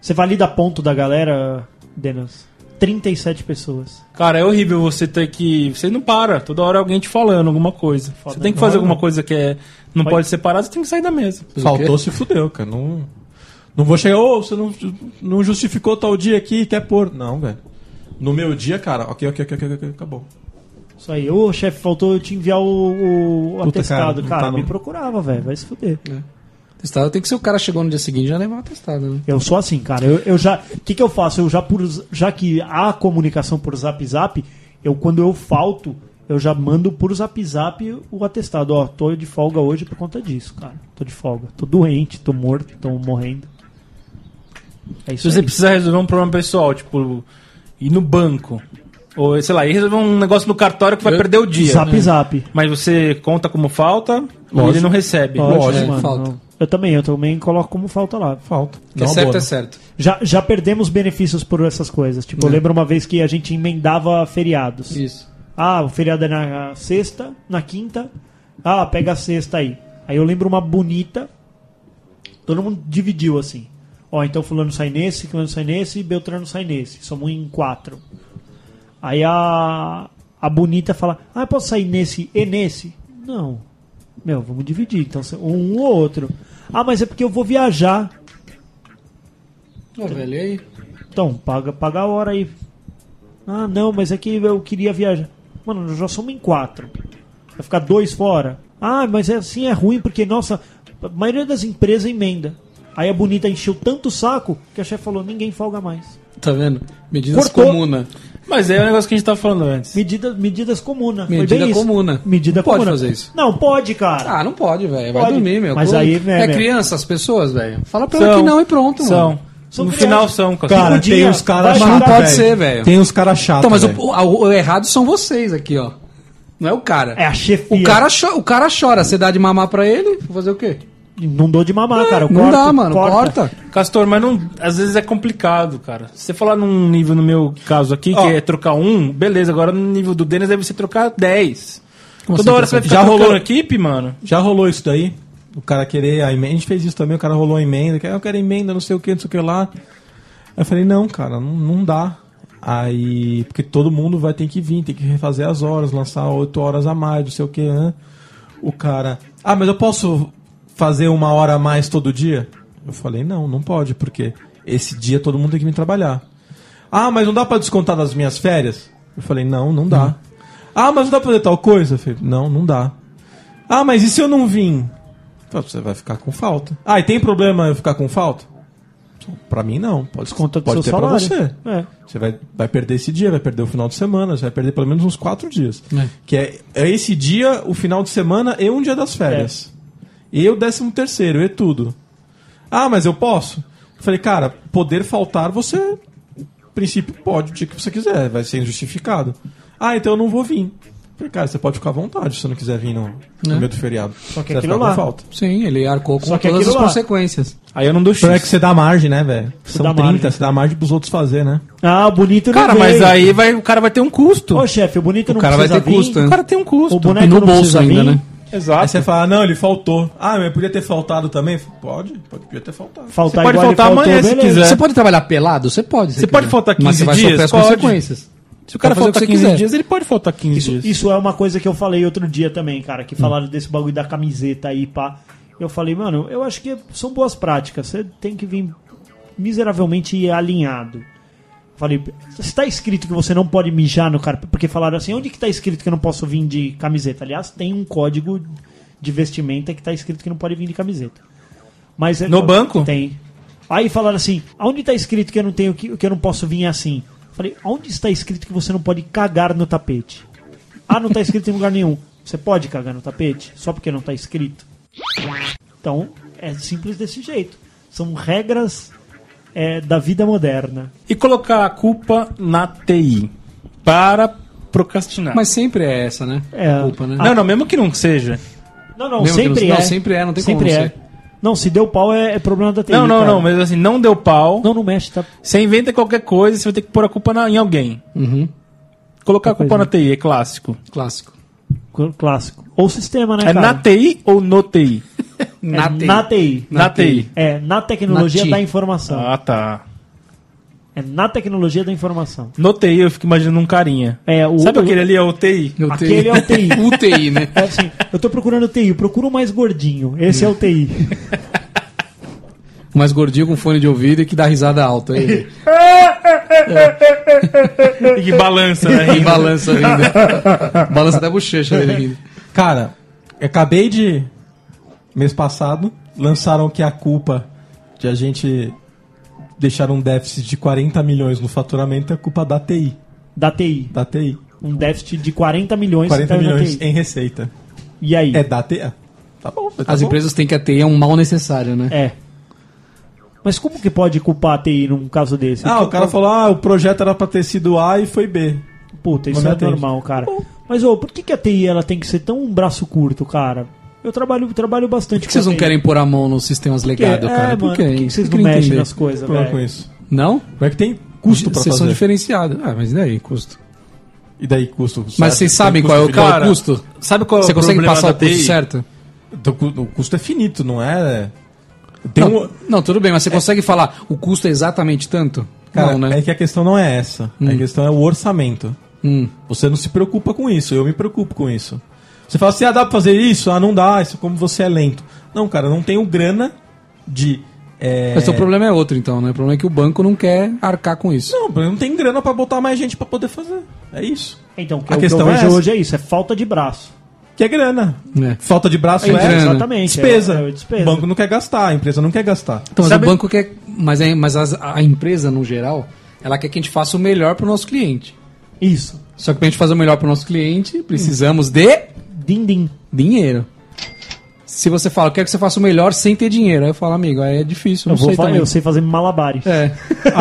S2: Você valida ponto da galera, Denas. 37 pessoas.
S3: Cara, é horrível você ter que. Você não para, toda hora alguém te falando alguma coisa. você tem que fazer alguma coisa que é. Não pode ser parada, você tem que sair da mesa.
S1: Faltou, se fudeu, cara. Não, não vou chegar, ô, você não, não justificou tal dia aqui e quer pôr. Não, velho. No meu dia, cara, ok, ok, ok, ok, ok, acabou.
S2: Isso aí. Ô, chefe, faltou eu te enviar o, o
S1: Puta, cara,
S2: atestado.
S1: não
S2: Cara,
S1: tá, não.
S2: me procurava, velho. Vai se fuder.
S4: Testado tem que ser o cara chegou no dia seguinte e já levar o testado, né?
S2: Eu sou assim, cara. Eu, eu já. O que, que eu faço? Eu já por. Já que há comunicação por zap zap, eu quando eu falto, eu já mando por zap zap o atestado. Ó, tô de folga hoje por conta disso, cara. Tô de folga. Tô doente, tô morto, tô morrendo. É isso
S3: Se você
S2: aí.
S3: precisar resolver um problema pessoal, tipo, ir no banco. Ou, sei lá, ir resolver um negócio no cartório que vai
S4: Eu-
S3: perder o dia.
S4: né?
S2: Zap zap.
S3: Mas você conta como falta e ele não recebe.
S4: Lógico, falta.
S2: não. Eu também, eu também coloco como falta lá.
S1: Falta.
S4: Que é
S1: Não né?
S4: certo,
S3: né?
S1: abona.
S4: é certo.
S2: Já, já perdemos benefícios por essas coisas. Tipo, eu lembro uma vez que a gente emendava feriados.
S4: É. Isso.
S2: Ah, o feriado é na sexta, na quinta. Ah, pega a sexta aí. Aí eu lembro uma bonita. Todo mundo dividiu assim. Ó, então fulano sai nesse, ciclano sai nesse, Beltrano sai nesse. Somos em quatro. Aí a, a bonita fala, ah, eu posso sair nesse e nesse? Não. Meu, vamos dividir. Então, se- um ou outro. Ah, mas é porque eu vou viajar.
S4: Ô, velho, e aí?
S2: Então, paga, paga a hora aí. Ah, não, mas é que eu queria viajar. Mano, nós já somos em quatro. Vai ficar dois fora. Ah, mas é assim é ruim, porque, nossa, a maioria das empresas emenda. Aí a bonita encheu tanto o saco que a chefe falou, ninguém folga mais.
S4: Tá vendo? Medidas
S2: Cortou.
S4: comuna.
S3: Mas é o negócio que a gente tava falando antes.
S2: Medida, medidas comuna. Foi
S4: Medida
S2: bem isso.
S4: comuna.
S2: Medida
S4: Não pode
S2: comuna.
S4: fazer isso.
S2: Não, pode, cara.
S4: Ah, não pode, velho. Vai
S2: Pode.
S4: dormir, meu.
S2: Mas
S4: Como-
S2: aí, né,
S4: É
S2: meu?
S4: criança, as pessoas, velho. Fala pra ela Então é que não e pronto,
S3: São.
S4: mano.
S2: São
S3: no
S2: crianças.
S3: final são, cara.
S1: Cara,
S2: Podia,
S1: tem os caras
S2: vai
S4: Mas não
S2: chato,
S4: pode
S1: velho.
S4: ser, velho.
S1: Tem os caras chatos.
S4: Então, mas o,
S1: velho.
S4: o- o errado são vocês aqui, ó. Não é o cara.
S2: É a chefia.
S4: O cara, cho- o cara chora, você dá de mamar pra ele, vou fazer o quê?
S2: Não dou de mamar, Ah, cara. Eu
S4: É, não
S2: corto,
S4: dá, mano,
S2: corta.
S4: corta.
S3: Castor, mas não, às vezes é complicado, cara. Se você falar num nível, no meu caso aqui,
S1: Ó.
S3: que é trocar um, beleza. Agora no nível do Denis, deve você trocar 10.
S4: Como
S3: Toda
S4: assim,
S3: hora você vai
S1: trocar-
S3: ficar
S1: Já
S3: trocando
S1: rolou.
S3: equipe, mano.
S1: Já rolou isso daí? O cara querer a emenda. A gente fez isso também, o cara rolou a emenda. que, ah, Eu quero emenda, não sei o que, não sei o que lá. Aí eu falei, não, cara, não, não dá. Aí, porque todo mundo vai ter que vir, tem que refazer as horas, lançar oito horas a mais, não sei o que, né? O cara, ah, mas eu posso fazer uma hora a mais todo dia? Eu falei, não, não pode, porque esse dia todo mundo tem que vir trabalhar. Ah, mas não dá pra descontar das minhas férias? Eu falei, não, não dá. Ah, mas não dá pra fazer tal coisa? Eu falei, não, não dá. Ah, mas e se eu não vim? Eu falei, Você vai ficar com falta. Ah, e tem problema eu ficar com falta? Pra mim não, pode,
S2: Conta do
S1: pode
S2: seu
S1: ter pra
S2: salário.
S1: você.
S2: É.
S1: Você vai, vai perder esse dia, vai perder o final de semana, você vai perder pelo menos uns quatro dias.
S4: É.
S1: Que é, é esse dia, o final de semana e um dia das férias.
S2: É.
S1: E o décimo terceiro, e tudo. Ah, mas eu posso? Eu falei, cara, poder faltar você, em princípio, pode o dia que você quiser, vai ser injustificado. Ah, então eu não vou vir. Eu falei, cara, você pode ficar à vontade se você não quiser vir no, no
S4: É.
S1: meio do feriado. Só
S2: que
S1: você vai
S2: aquilo
S1: ficar com
S2: lá.
S1: falta.
S4: Sim, ele arcou com
S2: Só que
S4: todas as
S2: aquilo lá.
S4: consequências.
S3: Aí eu não dou
S1: Só é
S3: chance.
S1: que você dá margem, né, velho? São
S2: dá
S1: 30,
S2: margem.
S1: você dá margem pros outros fazer, né?
S2: Ah, o bonito não
S3: Cara,
S2: veio.
S3: mas aí vai, o cara vai ter um custo.
S2: Ô, chefe, o bonito
S4: O
S2: não
S4: cara vai
S2: precisa
S4: ter
S2: vir.
S4: custo, né?
S3: O cara tem um
S2: O
S3: custo.
S2: boneco
S4: E no
S2: não
S4: bolso
S2: precisa
S4: ainda,
S2: vir.
S4: né?
S1: Aí
S3: Exato.
S1: você fala, não, ele faltou. Ah, mas podia ter faltado também? Pode, pode podia ter faltado.
S2: Faltar
S3: Você pode
S2: igual ele
S3: faltar
S2: faltou,
S3: amanhã se
S2: beleza.
S3: quiser.
S4: Você pode trabalhar pelado? é. Você pode. se
S3: Você pode faltar
S4: né? Mas
S3: 15
S4: você vai sofrer
S3: dias?
S4: as
S3: Pode.
S4: consequências.
S3: Se o cara
S4: Pode fazer o
S3: faltar
S4: que você
S3: 15
S4: quiser.
S3: dias, ele pode faltar 15 dias.
S2: Isso é uma coisa que eu falei outro dia também, cara,
S3: Hum.
S2: que falaram desse bagulho da camiseta aí, pá. Eu falei, mano, eu acho que são boas práticas. Você tem que vir miseravelmente alinhado. Falei, está escrito que você não pode mijar no carpete? Porque falaram assim, onde que está escrito que eu não posso vir de camiseta? Aliás, tem um código de vestimenta que está escrito que não pode vir de camiseta. Mas é
S3: No banco?
S2: Tem. Aí falaram assim, aonde está escrito que eu não tenho que, que eu não posso vir assim? Falei, aonde está escrito que você não pode cagar no tapete? Ah, não tá escrito em lugar nenhum. Você pode cagar no tapete? Só porque não tá escrito? Então, é simples desse jeito. São regras é, da vida moderna.
S3: E colocar a culpa na TI para procrastinar.
S4: Mas sempre é essa, né?
S2: É.
S4: A culpa, né?
S3: Não, não, mesmo que não seja.
S2: Não, não,
S4: Mesmo que
S2: sempre
S4: não-
S2: é.
S4: não, sempre é, não tem
S2: sempre
S4: como não
S2: é.
S4: ser.
S2: Não, se deu pau é, é problema da TI.
S3: não, não,
S1: tá.
S2: cara.
S3: não, mas assim, não deu pau.
S2: Não, não mexe, tá?
S3: Você inventa qualquer coisa, você vai ter que pôr a culpa na- em alguém.
S4: Uhum.
S3: Colocar a culpa na TI é clássico.
S4: Clássico.
S2: Cl- Clássico. Ou sistema, né,
S3: É
S2: cara?
S3: na TI ou no TI?
S4: Na
S2: é
S4: TI.
S2: na TI.
S3: Na,
S4: Na
S3: TI.
S2: É, na
S4: Na
S2: tecnologia
S4: TI.
S2: da informação.
S3: Ah, tá.
S2: É na tecnologia da informação.
S3: No TI eu fico imaginando um carinha.
S2: É, o,
S3: Sabe aquele ali é o TI?
S4: Eu
S2: Aquele
S4: tenho-
S2: é o TI.
S4: UTI, né?
S2: É assim, eu tô procurando TI, eu procuro o mais gordinho. Esse é o TI.
S4: O mais gordinho com fone de ouvido e que dá risada alta. Ele,
S3: E que balança, né?
S4: ele balança ainda. balança até a bochecha dele rindo.
S1: Cara, eu acabei de. Mês passado, lançaram que a culpa de a gente deixar um déficit de 40 milhões no faturamento é culpa da TI.
S2: Da TI.
S1: Da TI.
S2: Um déficit de 40 milhões.
S1: 40
S2: caiu na
S1: milhões
S2: TI.
S1: em receita.
S2: E aí?
S1: É da TI. Tá bom, tá
S4: As
S1: bom.
S4: empresas têm que a TI é um mal necessário, né?
S2: É. Mas como que pode culpar a TI num caso desse?
S1: Ah, o cara falou: ah, o projeto era pra ter sido A e foi B.
S2: Puta, isso
S1: Mas
S2: é
S1: atende.
S2: normal, cara. Mas, ô, por que, que a TI ela tem que ser tão um braço curto, cara? Eu trabalho, trabalho bastante
S4: Por que vocês
S2: com
S4: não
S2: a TI.
S4: querem pôr a mão nos sistemas
S2: Por quê?
S4: legado,
S2: é,
S4: cara?
S2: mano,
S4: Por quê?
S2: Por que, que vocês
S4: Eu
S2: não
S4: queria
S2: mexem
S4: entender.
S2: nas coisas,
S1: Problema com
S2: velho?
S1: isso.
S4: Não?
S1: Como é que tem custo pra
S4: Sessão
S1: fazer?
S4: diferenciada. Ah, mas e daí, custo?
S1: E daí custo?
S4: Mas
S1: Você
S4: vocês
S1: acha que
S4: sabem
S1: tem
S4: qual é o
S1: custo
S4: qual é o
S3: Cara,
S4: custo?
S3: Sabe qual é o
S4: Você consegue
S3: problema
S4: passar o
S3: da
S4: custo
S3: TI?
S4: certo?
S1: Então, cu- O custo é finito, não é? Tem
S4: não,
S1: um...
S4: não, tudo bem, mas você consegue falar o custo é exatamente tanto?
S1: Cara,
S4: não, né?
S1: é que a questão não é essa. A questão é o orçamento.
S4: Hum.
S1: Você não se preocupa com isso, eu me preocupo com isso. Você fala assim, ah, dá pra fazer isso? Ah, não dá, isso é como você é lento. Não, cara, eu não tenho grana de... é,
S4: Mas o problema é outro, então, né? O problema é que o banco não quer arcar com isso.
S1: Não, eu não tenho grana pra botar mais gente pra poder fazer. É isso.
S2: Então, o que
S1: A
S2: eu- o que eu
S1: questão é
S2: vejo
S1: essa.
S2: hoje é isso, é falta de braço.
S1: Que é grana.
S4: É.
S1: Falta de braço
S4: É
S1: é,
S4: grana.
S2: Exatamente. é-
S1: despesa.
S2: É, é despesa.
S1: O banco não quer gastar, a empresa não quer gastar.
S4: Então, mas
S3: Sabe-
S4: o banco quer. Mas, a, mas as- a empresa, no geral, ela quer que a gente faça o melhor pro nosso cliente.
S2: Isso.
S4: Só que pra gente fazer o melhor pro nosso cliente, precisamos de
S2: Din, din.
S4: dinheiro. Se você fala, eu quero que você faça o melhor sem ter dinheiro. Aí eu falo, amigo, aí é
S2: Eu,
S4: difícil, não
S2: vou
S4: sei
S2: falar,
S4: também.
S2: eu sei fazer malabares.
S4: É,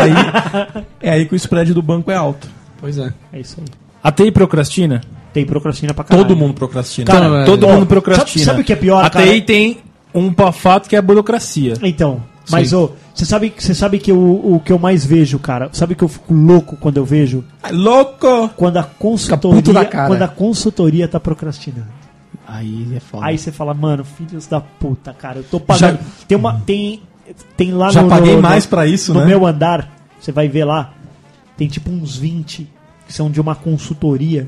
S1: Aí, é aí que o spread do banco é alto.
S4: pois é.
S2: É isso aí.
S3: A TI procrastina?
S2: Tem procrastina pra caralho.
S1: Todo mundo procrastina.
S4: Cara,
S3: Cara,
S4: é.
S3: todo
S4: Ó,
S3: mundo procrastina.
S2: sabe- sabe o que é pior,
S3: A
S2: cara?
S3: TI tem um pa- fato que é a burocracia.
S2: Então, mas
S4: Sim.
S2: ô, você sabe, você sabe que o, o que eu mais vejo, cara? Sabe que eu fico louco quando eu vejo?
S1: Ah, Louco!
S2: Quando a
S4: puto da
S2: consultoria,
S4: cara.
S2: quando a consultoria tá procrastinando.
S4: Aí é foda.
S2: Aí você fala, mano, filhos da puta, cara, eu tô pagando. Tem uma tem tem lá
S1: Já
S2: no
S1: paguei
S2: no-
S1: mais
S2: no,
S1: pra isso,
S2: no
S1: né?
S2: meu andar. Você vai ver lá, tem tipo uns 20 que são de uma consultoria.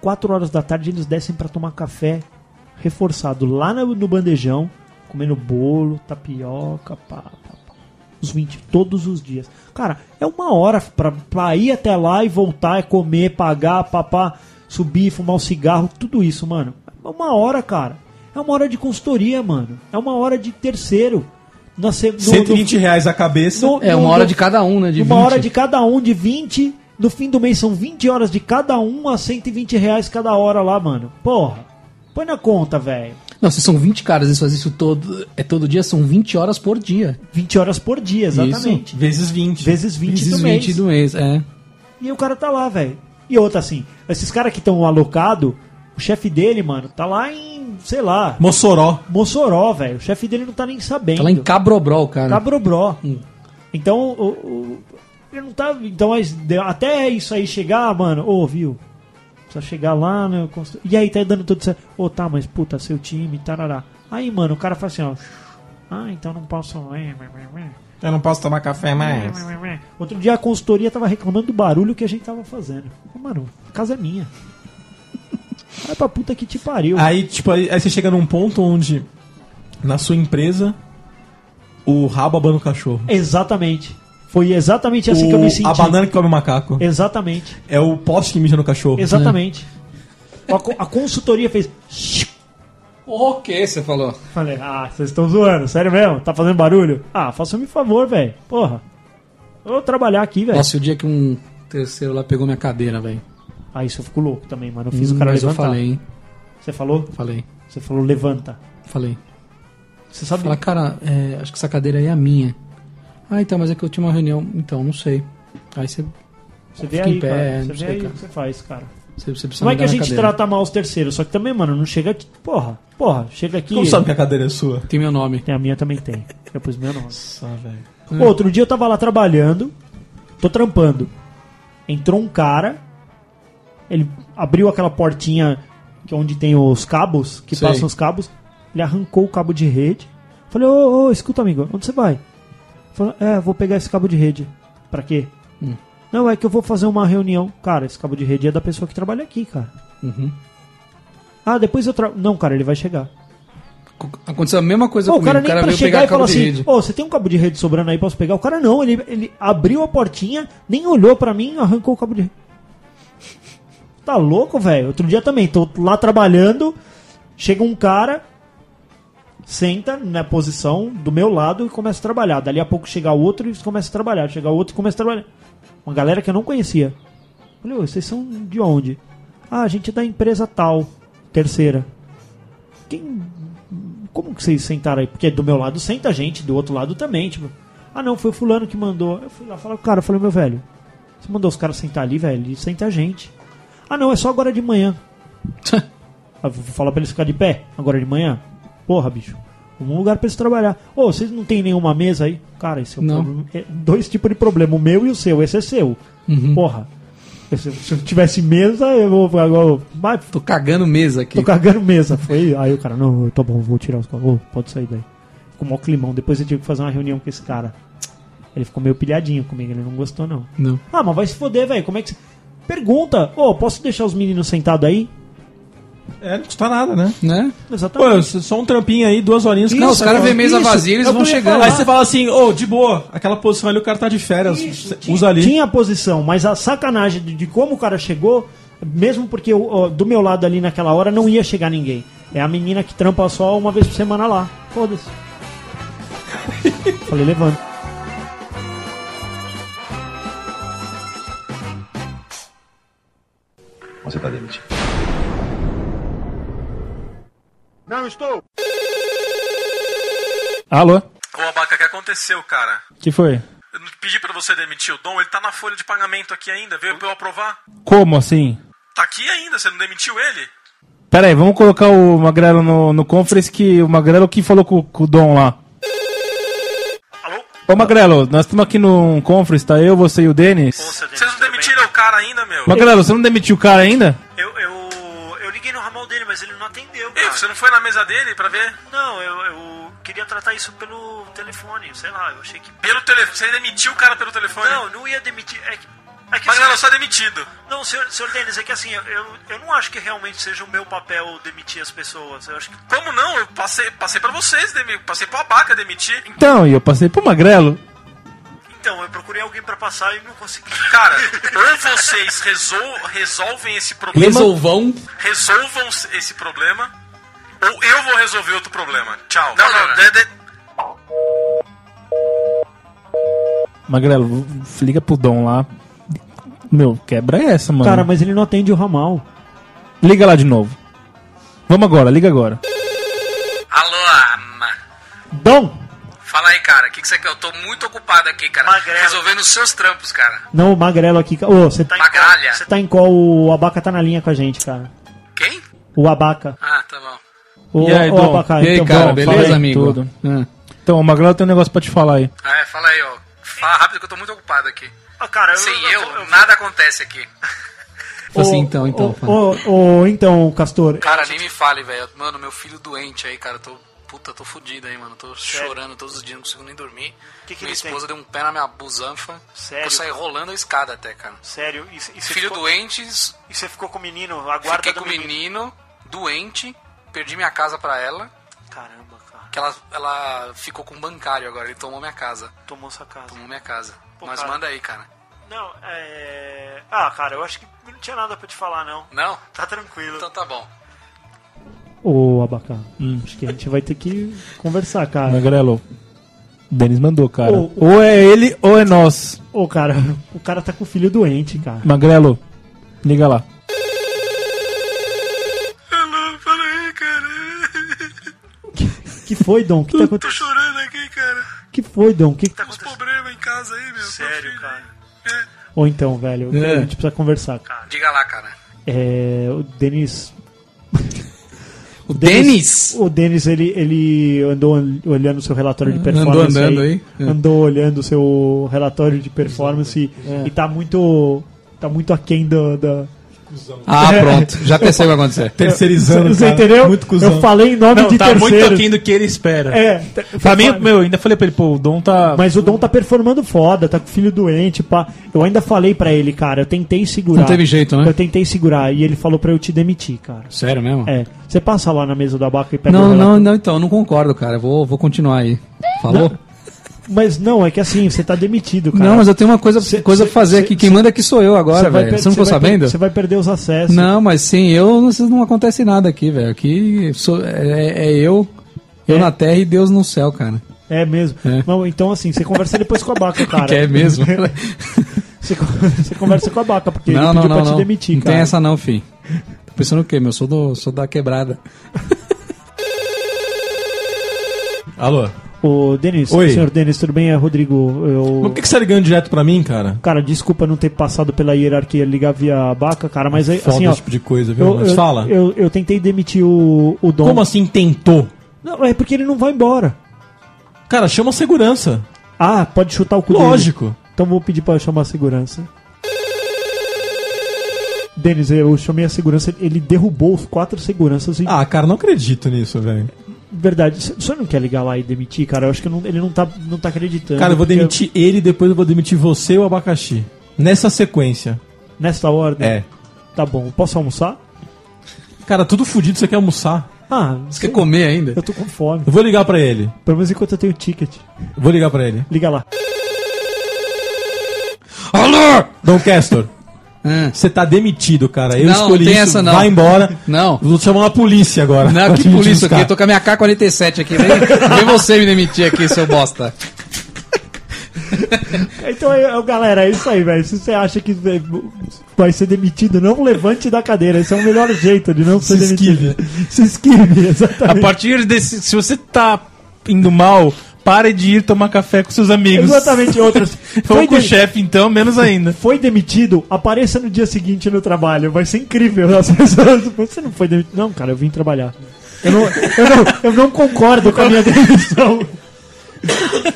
S2: 4 horas da tarde eles descem pra tomar café reforçado lá no, no bandejão, comendo bolo, tapioca, pá, pá, pá. Os 20 todos os dias. Cara, é uma hora pra, pra ir até lá e voltar, é comer, pagar, papá, subir, fumar um cigarro, tudo isso, mano. É uma hora, cara. É uma hora de consultoria, mano. É uma hora de terceiro. Na, se- no-
S1: 120 reais a cabeça.
S2: no-
S4: É
S2: no-
S4: uma hora
S2: no-
S4: de cada um, né? De
S2: uma
S4: 20.
S2: hora de cada um de 20. No fim do mês são 20 horas de cada um a 120 reais cada hora lá, mano. Porra. Põe na conta, velho.
S4: Não, se são 20 caras e faz isso todo, é todo dia, são 20 horas por dia.
S2: 20 horas por dia, exatamente.
S1: Vezes 20.
S2: Vezes 20
S4: Vezes
S2: do mês.
S4: 20 do mês, é.
S2: E o cara tá lá, velho. E outra assim, esses caras que estão alocado, o chefe dele, mano, tá lá em, sei lá,
S1: Mossoró.
S2: Mossoró, velho. O chefe dele não tá nem sabendo.
S4: Tá lá em Cabrobrol, cara.
S2: Cabrobró. Então, o, o- ele não tá. Então, as- de- até isso aí chegar, mano, ô, viu? Precisa chegar lá, né? eu constru- E aí tá dando tudo certo. Ô, tá, mas puta, seu time, tarará. Aí, mano, o cara fala assim, ó. Ah, então não posso.
S1: Eu não posso tomar café mais.
S2: Outro dia a consultoria tava reclamando do barulho que a gente tava fazendo. Ô, mano, a casa é minha. Vai pra puta que te pariu.
S1: Aí, tipo, aí, aí você chega num ponto onde na sua empresa o rabo abana o cachorro.
S2: Exatamente. Foi
S6: É
S2: exatamente assim
S1: o,
S2: que eu me senti.
S1: A banana que come o macaco.
S2: Exatamente.
S1: É o poste que mija no cachorro.
S2: Exatamente. Né? A, co- a consultoria fez.
S4: O que é você falou?
S2: Falei, ah, vocês estão zoando, sério mesmo? Tá fazendo barulho? Ah, faça-me favor, velho. Porra. Eu vou trabalhar aqui, velho.
S4: Nossa, e o dia que um terceiro lá pegou minha cadeira, velho.
S2: Ah, isso eu fico louco também, mano. Eu fiz o cara
S4: Hum, Mas eu
S2: levantar.
S4: falei, hein?
S2: Você falou?
S4: Falei,
S2: Você falou levanta.
S4: falei.
S2: Você sabe?
S4: Fala, cara, é, acho que essa cadeira aí é a minha. Ah, então, mas é que eu tinha uma reunião. Então, não sei. Aí você,
S2: Você vê
S4: fica
S2: aí,
S4: em pé,
S2: cara. Você
S4: não
S2: vê
S4: sei,
S2: aí o
S4: cara.
S2: que você faz, cara.
S4: você, você precisa
S2: Não é
S4: me
S2: que
S4: dar
S2: a
S4: minha
S2: gente
S4: cadeira.
S2: trata mal os terceiros, só que também, mano, não chega aqui. Porra, porra, chega aqui.
S1: Como sabe que a cadeira é sua?
S4: Tem meu nome.
S2: Tem a minha também tem. Eu pus meu nome.
S6: Ah,
S1: Nossa, velho.
S4: Hum.
S2: Outro dia eu tava lá trabalhando, tô trampando. Entrou um cara, ele abriu aquela portinha que é onde tem os cabos, que
S4: Sei.
S2: passam os cabos, ele arrancou o cabo de rede. Falei, ô, ô, escuta, amigo, onde você vai? Falou, é, vou pegar esse cabo de rede. Pra quê?
S4: Hum.
S2: Não, é que eu vou fazer uma reunião. Cara, esse cabo de rede é da pessoa que trabalha aqui, cara.
S4: Uhum.
S2: Ah, depois eu tra... Não, cara, ele vai chegar.
S4: Co- Aconteceu a mesma coisa
S2: Pô, o
S4: comigo.
S2: cara nem pra
S4: veio
S2: chegar
S4: pegar
S2: e falar
S4: cabo de
S2: assim,
S4: rede.
S2: ô, você tem um cabo de rede sobrando aí, posso pegar? O cara não, ele, ele abriu a portinha, nem olhou pra mim, arrancou o cabo de rede. Tá louco, velho? Outro dia também, tô lá trabalhando, chega um cara, senta na posição do meu lado e começa a trabalhar. Dali a pouco chega outro e começa a trabalhar, chega outro e começa a trabalhar. Uma galera que eu não conhecia. Falei, ô, vocês são de onde? Ah, a gente é da empresa tal, terceira. Quem como que vocês sentaram aí? Porque do meu lado senta gente, do outro lado também, tipo, ah não, foi o fulano que mandou. Eu fui lá falar com o cara, eu falei, meu velho, você mandou os caras sentar ali, velho, e senta a gente. Ah não, é só agora de manhã. Ah, vou falar pra eles ficar de pé agora de manhã? Porra, bicho. Um lugar pra eles trabalhar. Ô, vocês não tem nenhuma mesa aí? Cara, esse é, o
S4: Não.
S2: problema. é dois tipos de problema, o meu e o seu. Esse é seu. Porra. Se, se eu tivesse mesa, eu vou. Agora, vai
S4: Tô cagando mesa aqui.
S2: Tô cagando mesa. Foi. Aí o cara, não, tá bom, vou tirar os copos. Ô, pode sair daí. Ficou mó climão. Depois eu tive que fazer uma reunião com esse cara. Ele ficou meio pilhadinho comigo, ele não gostou, não.
S4: Não.
S2: Ah, mas vai se foder, velho. Como é que. cê- Pergunta, ô, posso deixar os meninos sentados aí?
S1: É, não custa nada, né?
S4: Né?
S1: Pô,
S2: Exatamente.
S1: s- só um trampinho aí, duas horinhas.
S4: Não, os caras
S1: vêm
S4: vêem mesa
S2: isso,
S4: vazia, eles
S2: é o que
S4: vão
S2: eu ia
S4: chegando.
S2: falar.
S1: Aí você fala assim, ô, de boa, aquela posição ali, o cara tá de férias, usa ali.
S2: Tinha a posição, mas a sacanagem de, de como o cara chegou, mesmo porque eu, ó, do meu lado ali naquela hora não ia chegar ninguém. É a menina que trampa só uma vez por semana lá. Foda-se. Falei, levanta.
S5: Você está demitido.
S3: Alô?
S1: Ô, Abaca, o que aconteceu, cara?
S3: Que foi?
S1: Eu não pedi pra você demitir o Dom, ele tá na folha de pagamento aqui ainda, veio pra eu aprovar?
S3: Como assim?
S1: Tá aqui ainda, você não demitiu ele?
S3: Pera aí, vamos colocar o Magrelo no, no conference que o Magrelo que falou com, com o Dom lá.
S1: Alô?
S3: Ô Magrelo, nós estamos aqui num conference, tá? Eu, você e o Denis.
S1: Vocês não demitiram o cara ainda, meu?
S3: Magrelo, você não demitiu o cara ainda?
S6: Eu, eu, eu liguei no ramal dele, mas ele não atendeu,
S7: Ei,
S6: cara.
S7: você não foi na mesa dele pra ver?
S6: Não, eu, eu queria tratar isso pelo telefone, sei lá, eu achei que.
S7: Pelo telefone. Você demitiu o cara pelo telefone?
S6: Não, não ia demitir. É que, é que
S7: Mas
S6: assim,
S7: ela só demitido.
S6: Não, senhor, senhor Denis, é que assim, eu, eu não acho que realmente seja o meu papel demitir as pessoas. Eu acho que.
S7: Como não? Eu passei, passei pra vocês, demi... passei pro Abaca demitir.
S3: Então, e eu passei pro Magrelo.
S6: Então, eu procurei alguém pra passar e não consegui.
S7: Cara, ou vocês resol- resolvem esse problema,
S4: Resolvão.
S7: resolvam esse problema, ou eu vou resolver outro problema. Tchau.
S8: Não, não, de-
S3: Magrelo, v- v- liga pro Dom lá. Meu, quebra essa, mano.
S2: Cara, mas ele não atende o ramal.
S3: Liga lá de novo. Vamos agora, liga agora.
S8: Alô, ama.
S2: Dom!
S8: Fala aí, cara. O que, que você quer? Eu tô muito ocupado aqui, cara.
S6: Magrelo.
S8: Resolvendo os seus trampos, cara.
S2: Não, o magrelo aqui. ca- Ô, você tá,
S8: Magralha.
S2: você tá em qual? O abaca tá na linha com a gente, cara.
S8: Quem?
S2: O abaca.
S8: Ah, tá bom.
S2: O,
S3: E aí,
S2: o
S3: Dom?
S2: abaca.
S4: E aí,
S2: então,
S4: cara,
S2: bom,
S4: beleza,
S2: fala aí.
S4: amigo?
S3: tudo.
S4: Ah.
S3: Então, o Magrelo tem um negócio pra te falar aí.
S8: Ah, é, fala aí, ó. Fala rápido que eu tô muito ocupado aqui.
S6: Ah, cara, eu.
S8: Sem
S6: eu,
S8: eu,
S6: eu-
S8: nada acontece aqui.
S4: Fala assim, então, então.
S2: Ô, ô, ô, então, Castor.
S8: Cara, nem me fale, velho. Mano, meu filho doente aí, cara. eu Tô, puta, tô fudido aí, mano. Tô chorando todos os dias, não consigo nem dormir.
S6: Que que
S8: minha
S6: ele tem?
S8: esposa deu um pé na minha busanfa.
S6: Sério?
S8: Eu saí rolando a escada até, cara.
S6: Sério, e, e você
S8: filho
S6: ficou,
S8: doente,
S6: E você ficou com o menino, a guarda
S8: fiquei
S6: do
S8: com o menino, doente, perdi minha casa pra ela.
S6: Caramba, cara,
S8: Que ela, ela ficou com um bancário agora, ele tomou minha casa.
S6: tomou sua casa.
S8: Tomou minha casa.
S6: Pô,
S8: Mas
S6: cara.
S8: manda aí, cara.
S6: Não, é. Ah, cara, eu acho que não tinha nada pra te falar, não.
S8: Não?
S6: Tá tranquilo.
S8: Então tá bom.
S2: Ô, abaca. hum, Acho que a gente vai ter que conversar, cara.
S3: Magrelo, o Denis mandou, cara.
S2: Ô, ô.
S3: Ou é ele ou é nós.
S2: Ô, cara, o cara tá com o filho doente, cara.
S3: Magrelo, liga lá.
S7: Alô, fala aí, cara.
S2: Que foi, Dom? O que tá acontecendo?
S7: chorando aqui, cara.
S2: Que foi, Dom? Que que tá...
S7: Uns problemas em casa aí, meu.
S6: Sério, cara.
S2: Ou então, velho,
S4: É.
S2: a gente precisa conversar. cara.
S8: Diga lá, cara.
S2: É, o Denis.
S4: O Denis?
S2: O Denis, ele, ele andou olhando o seu relatório de
S4: Ah,
S2: performance.
S4: andou andando aí? É.
S2: Andou olhando o seu relatório de performance e, e tá muito. tá muito aquém da. da...
S4: Ah, pronto. Já pensei o que vai acontecer.
S1: Terceirizando,
S2: Você
S1: cara.
S2: entendeu?
S1: Muito cuzão.
S2: Eu falei em nome de
S3: tá
S2: terceiro.
S3: do que ele espera.
S2: É,
S3: Pra mim, meu, ainda falei pra ele, pô, o Dom tá.
S2: Mas o Dom tá performando foda, tá com o filho doente, pá. Eu ainda falei pra ele, cara, eu tentei segurar.
S4: Não teve jeito, né?
S2: Eu tentei segurar e ele falou pra eu te demitir, cara.
S4: Sério mesmo?
S2: É. Você passa lá na mesa da Baca e pega o
S4: Não,
S2: relatório.
S4: não, não, então, eu não concordo, cara. Eu Vou, vou continuar aí. Falou?
S2: Mas não, é que assim, você tá demitido, cara.
S4: Não, mas eu tenho uma coisa,
S2: Cê-
S4: coisa
S2: cê-
S4: pra fazer
S2: cê-
S4: aqui. Quem manda aqui sou eu agora,
S2: vai
S4: velho.
S2: per-
S4: Você não ficou
S2: vai per-
S4: sabendo?
S2: Você vai perder os acessos.
S4: Não, mas sem eu não, não acontece nada aqui, velho. Aqui sou, é, é eu, eu
S2: É.
S4: na terra e Deus no céu, cara.
S2: É mesmo.
S4: É.
S2: Não, então assim, você conversa depois com a Baca, cara.
S4: Que é mesmo?
S2: Você, con- você conversa com a Baca, porque ele
S4: não, não,
S2: pediu
S4: não,
S2: pra
S4: não.
S2: te demitir,
S4: não
S2: cara.
S4: tem essa não, fi. Tô pensando o quê, meu? Sou, do, sou da quebrada.
S1: Alô?
S2: Ô, Denis,
S1: Oi.
S2: senhor Denis, tudo bem? É Rodrigo. Eu...
S1: Mas por que, que você tá ligando direto pra mim, cara?
S2: Cara, desculpa não ter passado pela hierarquia ligar via Baca, cara, mas aí,
S1: Foda
S2: assim, ó.
S1: esse tipo de coisa, viu?
S2: Eu,
S1: Mas
S2: eu-
S1: fala.
S2: Eu, eu tentei demitir o, o Dom.
S1: Como assim tentou?
S2: Não, é porque ele não vai embora.
S1: Cara, chama a segurança.
S2: Ah, pode chutar o cu dele.
S1: Lógico.
S2: Então vou pedir pra chamar a segurança. Denis, eu chamei a segurança, ele derrubou os quatro seguranças e.
S1: Ah, cara, não acredito nisso, velho.
S2: Verdade, c- o senhor não quer ligar lá e demitir, cara? Eu acho que não- ele não tá, não tá acreditando.
S1: Cara, eu vou
S2: porque-
S1: demitir ele, depois eu vou demitir você e o abacaxi. Nessa sequência.
S2: Nesta ordem?
S1: É.
S2: Tá bom, posso almoçar?
S1: Cara, tudo fudido, você quer almoçar?
S2: Ah,
S4: Você quer comer ainda?
S2: eu tô com fome.
S1: Eu vou ligar pra ele.
S2: Pelo menos enquanto eu tenho ticket.
S1: Vou ligar pra ele.
S2: Liga lá.
S4: Alô!
S1: Dom Castor,
S4: Ah,
S1: você tá demitido, cara. Eu
S4: Não,
S1: escolhi
S4: não tem
S1: isso.
S4: essa, não.
S1: Vai embora.
S4: Não.
S1: Vou chamar uma polícia agora.
S4: Não,
S1: pra
S4: que
S1: te
S4: polícia
S1: buscar.
S4: aqui? Eu tô com a minha K-47 aqui. Vem, vem você me demitir aqui, seu bosta.
S2: Então, eu, eu- galera, é isso aí, velho. Se você acha que eh, vai ser demitido, não levante da cadeira. Esse é o melhor jeito de não ser
S1: Se
S2: demitido. Se esquive,
S3: A
S2: exatamente.
S3: partir desse. Se você tá indo mal, pare de ir tomar café com seus amigos.
S2: Exatamente, outras.
S3: Vamos
S2: Foi,
S3: com o
S2: de-
S3: chefe, então, menos ainda.
S2: foi demitido, apareça no dia seguinte no trabalho. Vai ser incrível. As pessoas- Você não foi demitido. Não, cara, eu vim trabalhar. Eu não, eu não, eu não concordo com a minha demissão.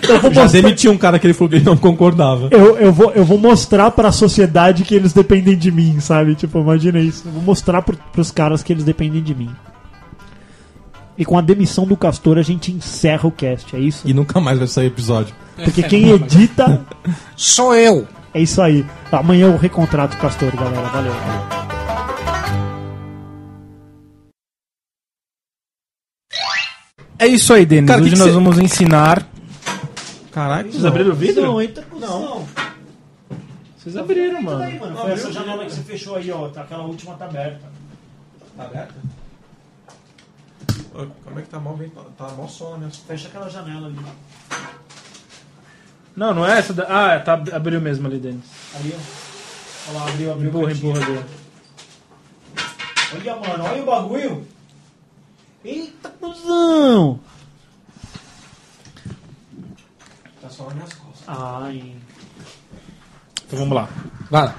S2: Eu vou,
S1: Já
S2: mostrar,
S1: demitiu um cara que ele falou que ele não concordava.
S2: eu, eu vou, eu vou mostrar pra sociedade que eles dependem de mim, sabe? Tipo, imagina isso. Eu vou mostrar pro, pros caras que eles dependem de mim. E com a demissão do Castor, a gente encerra o cast, é isso?
S1: E nunca mais vai sair episódio.
S2: Porque quem edita
S4: É. Sou eu!
S2: é isso aí. Amanhã eu recontrato o Castor, galera. Valeu.
S3: É isso aí, Denis.
S1: Cara, que
S3: Hoje
S1: que
S3: nós
S1: cê-
S3: vamos ensinar.
S1: Caralho.
S3: o vidro?
S2: entra não.
S3: Vocês abriram, mano.
S2: mano. Foi essa janela que você fechou aí, ó. Aquela última tá aberta.
S1: Tá aberto? Como é que tá mal bem? Tá mal só na minha.
S2: Fecha aquela janela ali.
S3: Não, não é essa. da- Ah, tá, abriu mesmo ali, Denis.
S2: Aí, ó. Olha lá, abriu, abriu.
S3: Empurra, empurra, empurra.
S2: Olha, mano, olha o bagulho. Eita, cuzão.
S1: Tá só nas minhas costas.
S2: Ai.
S3: Então vamos lá.
S4: Vai lá.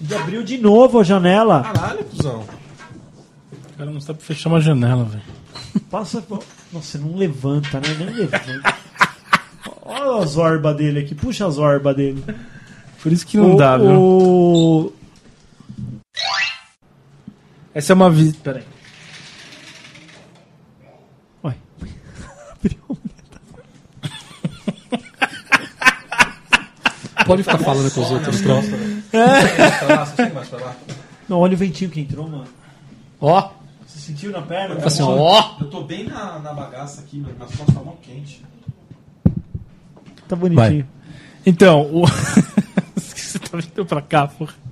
S2: E abriu de novo a janela.
S1: Caralho, cuzão.
S3: O cara não sabe fechar uma janela, velho.
S2: Passa. por- Nossa, não levanta, né? Nem levanta. Olha as orbas dele aqui. Puxa as orbas dele.
S3: Por isso que não
S2: O-
S3: dá, viu?
S2: o-
S3: Essa é uma visita. Peraí.
S2: Ué.
S4: Pode ficar falando com os outros.
S1: né?
S2: Não, olha o ventinho que entrou, mano. Tá
S4: Ó,
S2: Você sentiu na perna?
S4: assim, ó, ó.
S1: Eu tô bem na, na bagaça aqui, mano. Minhas costas tá mal quente.
S2: Tá bonitinho.
S3: Então, o. Por que Você tá vindo pra cá, porra.